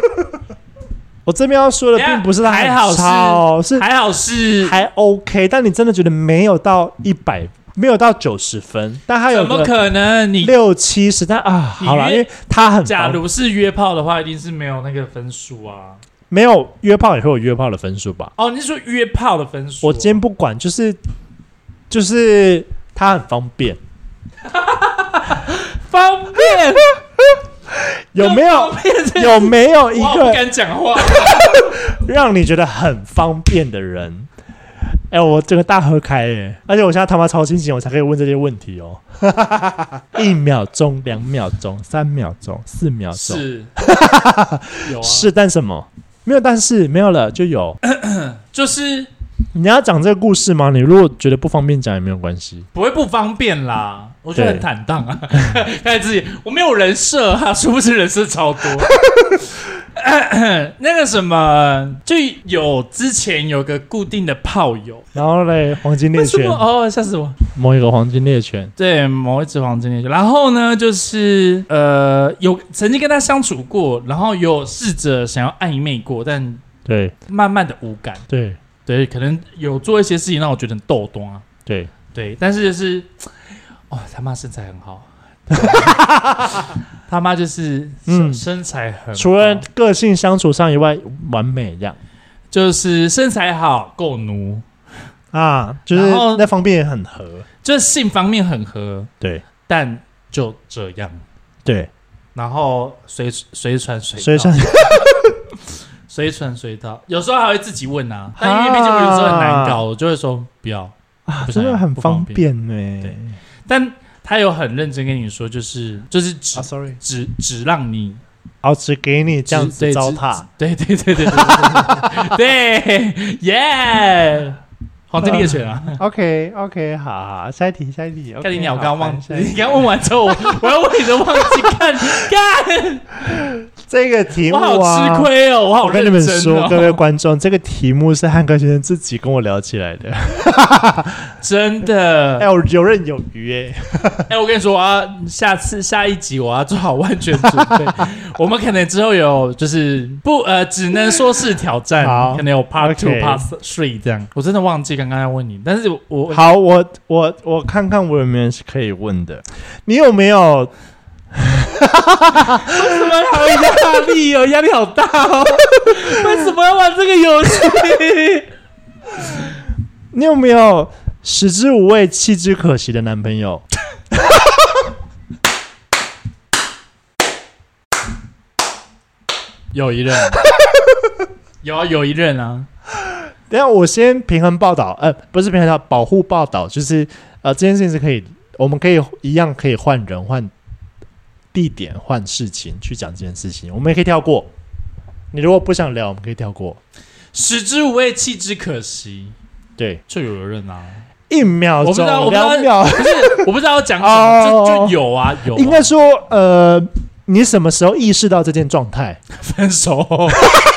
A: 我这边要说的
B: 等一下
A: 并不是他很
B: 还好是
A: 差哦，是
B: 还好是
A: 还 OK，但你真的觉得没有到一百，没有到九十分，但他有
B: 怎么
A: 个
B: 可能？你
A: 六七十，但啊，
B: 你
A: 好了，
B: 约
A: 因为他很
B: 假
A: 烦
B: 如是约炮的话，一定是没有那个分数啊。
A: 没有约炮也会有约炮的分数吧？
B: 哦，你是说约炮的分数？
A: 我今天不管，就是就是他很方便，
B: 方便
A: 有没有
B: 方便这
A: 有没有一
B: 哇
A: 个
B: 我不敢讲话。
A: 让你觉得很方便的人。哎、我整个大喝开耶！而且我现在他妈超清醒，我才可以问这些问题 哦。一秒钟、两秒钟、三秒钟、四秒钟，
B: 是，有啊，
A: 是但什么？没有但是，没有了就有。
B: 就是
A: 你要讲这个故事吗？你如果觉得不方便讲也没有关系。
B: 不会不方便啦。我觉得很
A: 对
B: 坦荡啊， 看自己我没有人设啊，殊不知人设超多。 那个什么，就有之前有个固定的炮友，
A: 然后嘞，黄金猎
B: 为什
A: 犬
B: 么，哦，吓死我！
A: 某一个黄金猎犬，
B: 对，某一只黄金猎犬。然后呢，就是呃，有曾经跟他相处过，然后有试着想要暧昧过，但
A: 对
B: 慢慢的无感。
A: 对
B: 对，可能有做一些事情让我觉得很逗端、啊。
A: 对，
B: 对，但是就是，哦，他妈身材很好， 他妈就是身
A: 嗯
B: 身材很好，
A: 除了个性相处上以外，完美这样
B: 就是身材好，够奴，
A: 啊，就是
B: 然后
A: 那方面也很合。
B: 就是性方面很合，
A: 对
B: 但就这样，
A: 对，
B: 然后随随传随到
A: 所以像
B: 随传随到，有时候还会自己问啊，但因为毕竟我有时候很难搞，我就会说不要。
A: 啊
B: 不想
A: 真的
B: 要
A: 很
B: 不方
A: 方便欸呢、
B: 对但他有很认真跟你说，就是就是只、
A: 啊，sorry，
B: 只只让你
A: 然后只给你这样
B: 只对
A: 子糟蹋，，
B: 只只对对对对对 对，耶！黄金猎犬啊！
A: OK OK，好好，下一题下一题。
B: 看你鸟，我
A: 好
B: 刚刚忘记，
A: 下一
B: 你
A: 题
B: 刚问完之后，我我要问你的忘记看， 干，
A: 这个题目
B: 我
A: 啊，
B: 好吃亏哦，我好
A: 我跟
B: 认
A: 你们
B: 真
A: 说，各
B: 哦，
A: 位观众，这个题目是汉克先生自己跟我聊起来的，
B: 真
A: 哎，
B: 的。
A: 我游刃有余哎。
B: 哎，我跟你说，我要下次下一集我要做好万全准 备。我们可能之后有就是不呃，只能说是挑战
A: 好，
B: 可能有 part two、
A: OK
B: part three 这样。我真的忘记刚刚要问你，但是我我
A: 好，我我我看看我有没有是可以问的，你有没有？
B: 为 什么好压力哦？压力好大哦！为什么要玩这个 游戏？
A: 你有没有食之无味，弃之可惜的男朋友？
B: 有一任，有啊，有一任啊，
A: 等一下，我先平衡报道，呃，不是平衡报道，保护报道，就是呃，这件事情是可以，我们可以一样可以换人、换地点、换事情去讲这件事情，我们也可以跳过。你如果不想聊，我们可以跳过。
B: 食之无味，弃之可惜，
A: 对，
B: 就有一任啊。
A: 一秒
B: 我不知
A: 钟
B: 道我、不知道
A: 两秒，
B: 不是，我不知道要讲什么，就
A: 哦
B: 就有啊，有啊
A: 应该说，呃，你什么时候意识到这件状态？
B: 分手后，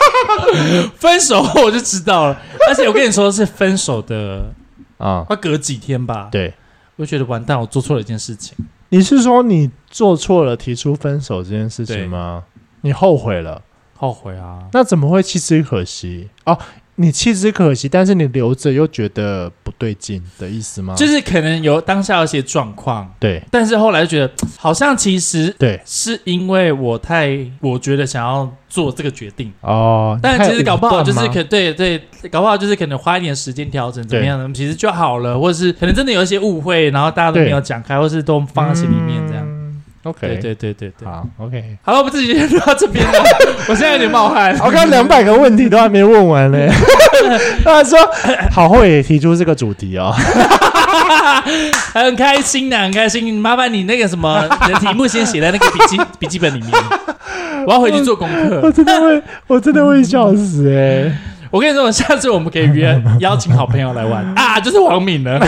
B: 分手后我就知道了。而且我跟你说，是分手的，
A: 啊、
B: 快隔几天吧，
A: 对，
B: 我就觉得完蛋，我做错了一件事情。
A: 你是说你做错了提出分手这件事
B: 对
A: 情吗？你后悔了？
B: 后悔啊！
A: 那怎么会弃之可惜？哦，你弃之可惜，但是你留着又觉得不对劲的意思吗？
B: 就是可能有当下有一些状况，
A: 对
B: 但是后来就觉得好像其实
A: 对
B: 是因为我太我觉得想要做这个决定，
A: 哦，
B: 但其实搞不好就是
A: 可
B: 可对对，搞不好就是可能花一点时间调整怎么样的，其实就好了，或者是可能真的有一些误会，然后大家都
A: 对
B: 没有讲开，或是都放在心里面这样。
A: 样。嗯
B: 对
A: OK，
B: 对对对对。
A: 好，OK。
B: 好了，我们这集就录到这边了， 我现在有点冒汗。
A: 我刚两百个问题都还没问完 嘞，他说好会提出这个主题哦，
B: 很开心的，啊很开心。麻烦你那个什么，你的题目先写在那个笔记 笔记本里面，我要回去做功
A: 我
B: 课。
A: 真的会，我真的会笑死哎、
B: 我跟你说，下次我们可以 约邀请好朋友来玩啊，就是王敏了。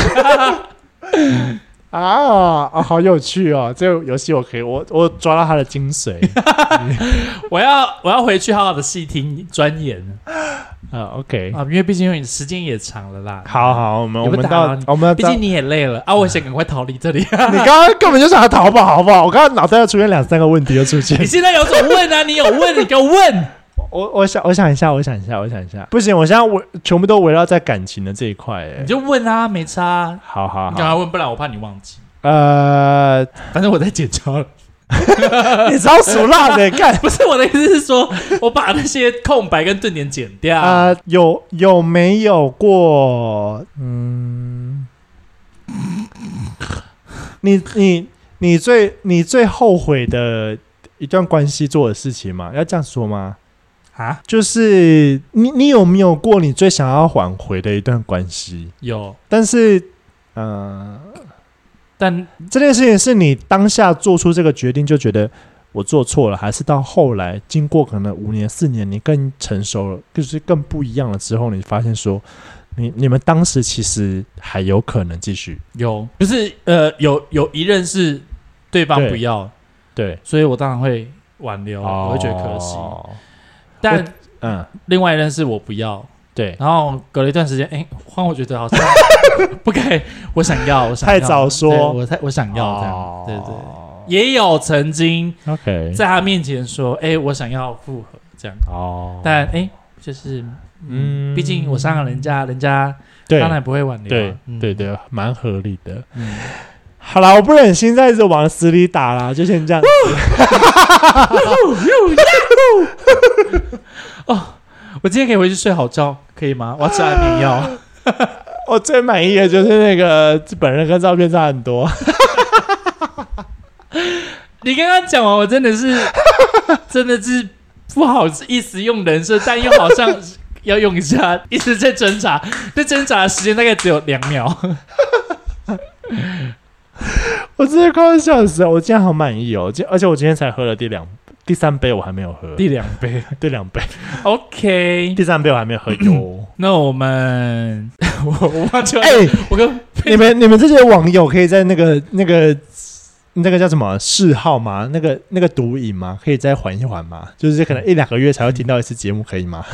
A: 啊啊，好有趣哦！这个游戏我可以，我我抓到它的精 髓
B: 我要我要回去好好的细听钻研
A: 啊。OK，
B: 啊，因为毕竟时间也长了啦。
A: 好，好，我们
B: 也
A: 我
B: 不
A: 们
B: 打
A: 到
B: 扰你
A: 我们
B: 毕
A: 到，
B: 竟
A: 你
B: 你也累了啊，我想赶快逃离 这里。
A: 刚刚根本就想要逃跑，好不好？我刚刚脑袋要出现两三个问题就出 现
B: 你，现在有种问啊，你有问，你给我问。
A: 我我想我想一下，我想一下，我想一下，不行，我现在围全部都围绕在感情的这一块，哎
B: 你，就问啊，没差啊。
A: 好好
B: 你赶
A: 好，
B: 快问，不然我怕你忘记。
A: 呃，
B: 反正我在解招了。
A: 你超属辣的，干。
B: 不是我的意思是说，我把那些空白跟顿点剪掉。
A: 啊，有有没有过？嗯， 你你你最你最后悔的一段关系做的事情吗？要这样说吗？
B: 啊，
A: 就是你你有没有过你最想要挽回的一段关系？
B: 有，
A: 但是，呃，
B: 但
A: 这件事情是你当下做出这个决定就觉得我做错了，还是到后来经过可能五年、四年，你更成熟了，就是更不一样了之后，你发现说，你你们当时其实还有可能继续。
B: 有不是呃，有有一任是对方
A: 对
B: 不要，
A: 对，
B: 所以我当然会挽留，我会觉得可惜。
A: 哦
B: 但
A: 嗯，
B: 另外一任是我不要，
A: 对，
B: 然后隔了一段时间，哎，换我觉得好 像不该，我想要，我想
A: 太
B: 要
A: 早说哦
B: 对我太我想要这样，对对。也有曾经
A: 对，OK，
B: 在他面前说，哎，我想要复合这样，
A: 哦，
B: 但哎，就是嗯，
A: 嗯
B: 毕竟我伤了人家，人家
A: 对
B: 当然不会挽留
A: 对
B: 啊。嗯
A: 对，对，蛮合理的。
B: 嗯
A: 好啦，我不忍心再一直往死里打啦，就先这样子。
B: 我今天可以回去睡好觉，可以吗？我要吃安眠 药。
A: 我最满意的就是那个本人跟照片差很多。
B: 你刚刚讲完，我真的是， 真的是不好意思用人设，但又好像要用一下，一直在挣扎，这挣扎的时间大概只有两秒。
A: 我真的快要笑死了！我今天好满意哦，今而且我今天才喝了第两、第三杯，我还没有喝。
B: 第两杯
A: 第两杯，
B: ，OK。
A: 第三杯我还没有喝哟。
B: 那我们，我我忘记了，
A: 哎、
B: 我跟
A: 你们你们这些网友可以在那个那个那个叫什么嗜好吗？那个那个毒瘾吗？可以再缓一缓吗？就是可能一两个月才会听到一次节目，可以吗？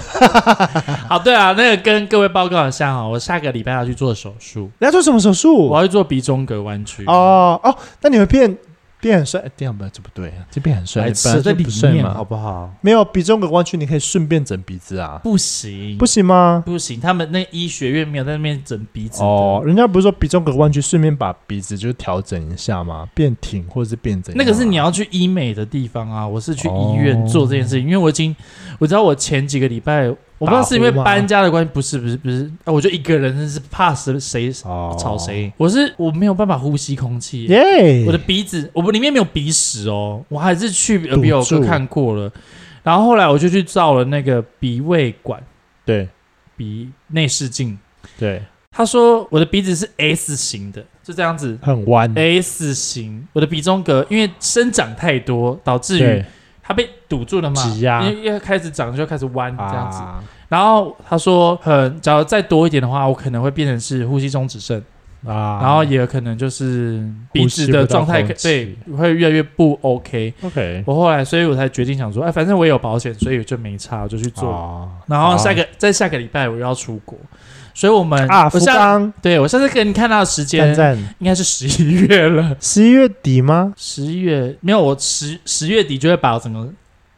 B: 好对啊，那个跟各位报告一下哦，我下个礼拜要去做手术，
A: 你要做什么手术
B: 我？要去做鼻中隔弯曲。
A: 哦哦，那你会变变很帅？哎这样吧，这不对啊，这变很帅，
B: 来
A: 本来
B: 吃
A: 就
B: 在里
A: 不帅
B: 面好
A: 嘛。
B: 不好？
A: 没有鼻中隔弯曲，你可以顺便整鼻子啊，
B: 不行，
A: 不行吗？
B: 不行，他们那医学院没有在那边整鼻子的
A: 哦，，人家不是说鼻中隔弯曲，顺便把鼻子就调整一下吗？变挺或者是变怎样
B: 那
A: 啊？
B: 个是你要去医美的地方啊，我是去医院
A: 哦
B: 做这件事情，因为我已经我知道我前几个礼拜，我不知道是因为
A: 打呼吗
B: 搬家的关系，不是不是不是，啊、我就一个人真是怕死谁
A: 哦
B: 吵谁，我是我没有办法呼吸空气。
A: 耶，
B: 我的鼻子，我们里面没有鼻屎哦，我还是去耳鼻喉科
A: 堵住
B: 看过了，然后后来我就去照了那个鼻胃管、
A: 对
B: 鼻内视镜，
A: 对，
B: 他说我的鼻子是 S 型的，就这样子
A: 很弯，
B: S 型，我的鼻中隔因为生长太多，导致于
A: 对
B: 它被堵住了嘛，
A: 挤压
B: 因为要开始长就开始弯这样子。
A: 啊
B: 然后他说，嗯，假如再多一点的话，我可能会变成是呼吸中止症，
A: 啊
B: 然后也有可能就是鼻
A: 呼
B: 子
A: 吸
B: 的
A: 不到
B: 状态可
A: 空
B: 对
A: 气
B: 会越来越不 OK。
A: OK
B: 我后来，所以我才决定想说，哎，反正我也有保险，所以我就没差，我就去做。
A: 啊
B: 然后下个、在下个礼拜我又要出国，所以我们
A: 啊，
B: 我
A: 福
B: 下
A: 冈
B: 对我下次给你看到的时
A: 站
B: 间
A: 站
B: 应该是十一月了。
A: 十一月底吗？
B: 十一月没有，我十十月底就会把我整个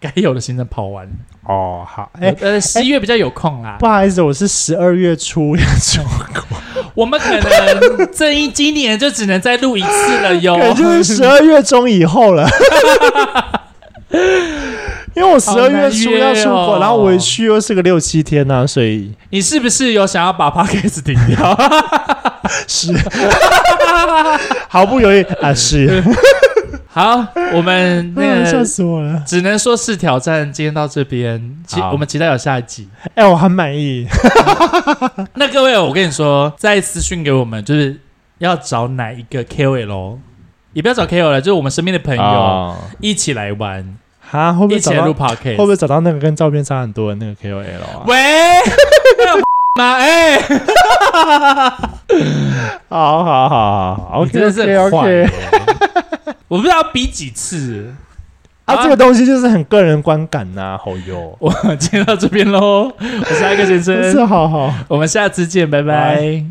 B: 该有的行程跑完。
A: 哦，好，
B: 哎
A: 哎，，
B: 呃，十一月比较有空啦
A: 不。好意思，我是十二月初要出国，
B: 我们可能这一今年就只能再录一次了哟
A: 可。能就是十二月中以后了。 因为我十
B: 好
A: 二
B: 难
A: 月初
B: 约
A: 要出国，
B: 哦
A: 然后我一去又是个六七天呐、所以
B: 你是不是有想要把 podcast 停掉？
A: 是，毫不犹豫啊，是。
B: 好，我们 那
A: 笑
B: 个
A: 死我了！
B: 只能说是挑战，今天到这边，期
A: 好
B: 我们期待有下一集。
A: 哎、我很满意。
B: 那各位，我跟你说，再私讯给我们，就是要找哪一个 KOL，也不哦要找 KOL，就是我们身边的朋友
A: 嗯啊，
B: 一起来玩，
A: 哈，会不
B: 一
A: 会
B: 起
A: 找
B: 来
A: 到
B: 录
A: 会不
B: Podcast。
A: 会找到那个跟照片差很多的那个 KOL 啊？
B: 喂，那有吗？ 哎、
A: 好好好好好
B: 你真
A: ，OK
B: 的是
A: OK
B: 很坏
A: OK。
B: 欸 我不知道要比几次。
A: 啊，这个东西就是很个人观感呐、好哟。
B: 我们今天到这边喽，我是艾克先
A: 真
B: 生，
A: 是好好。
B: 我们下次见，拜拜。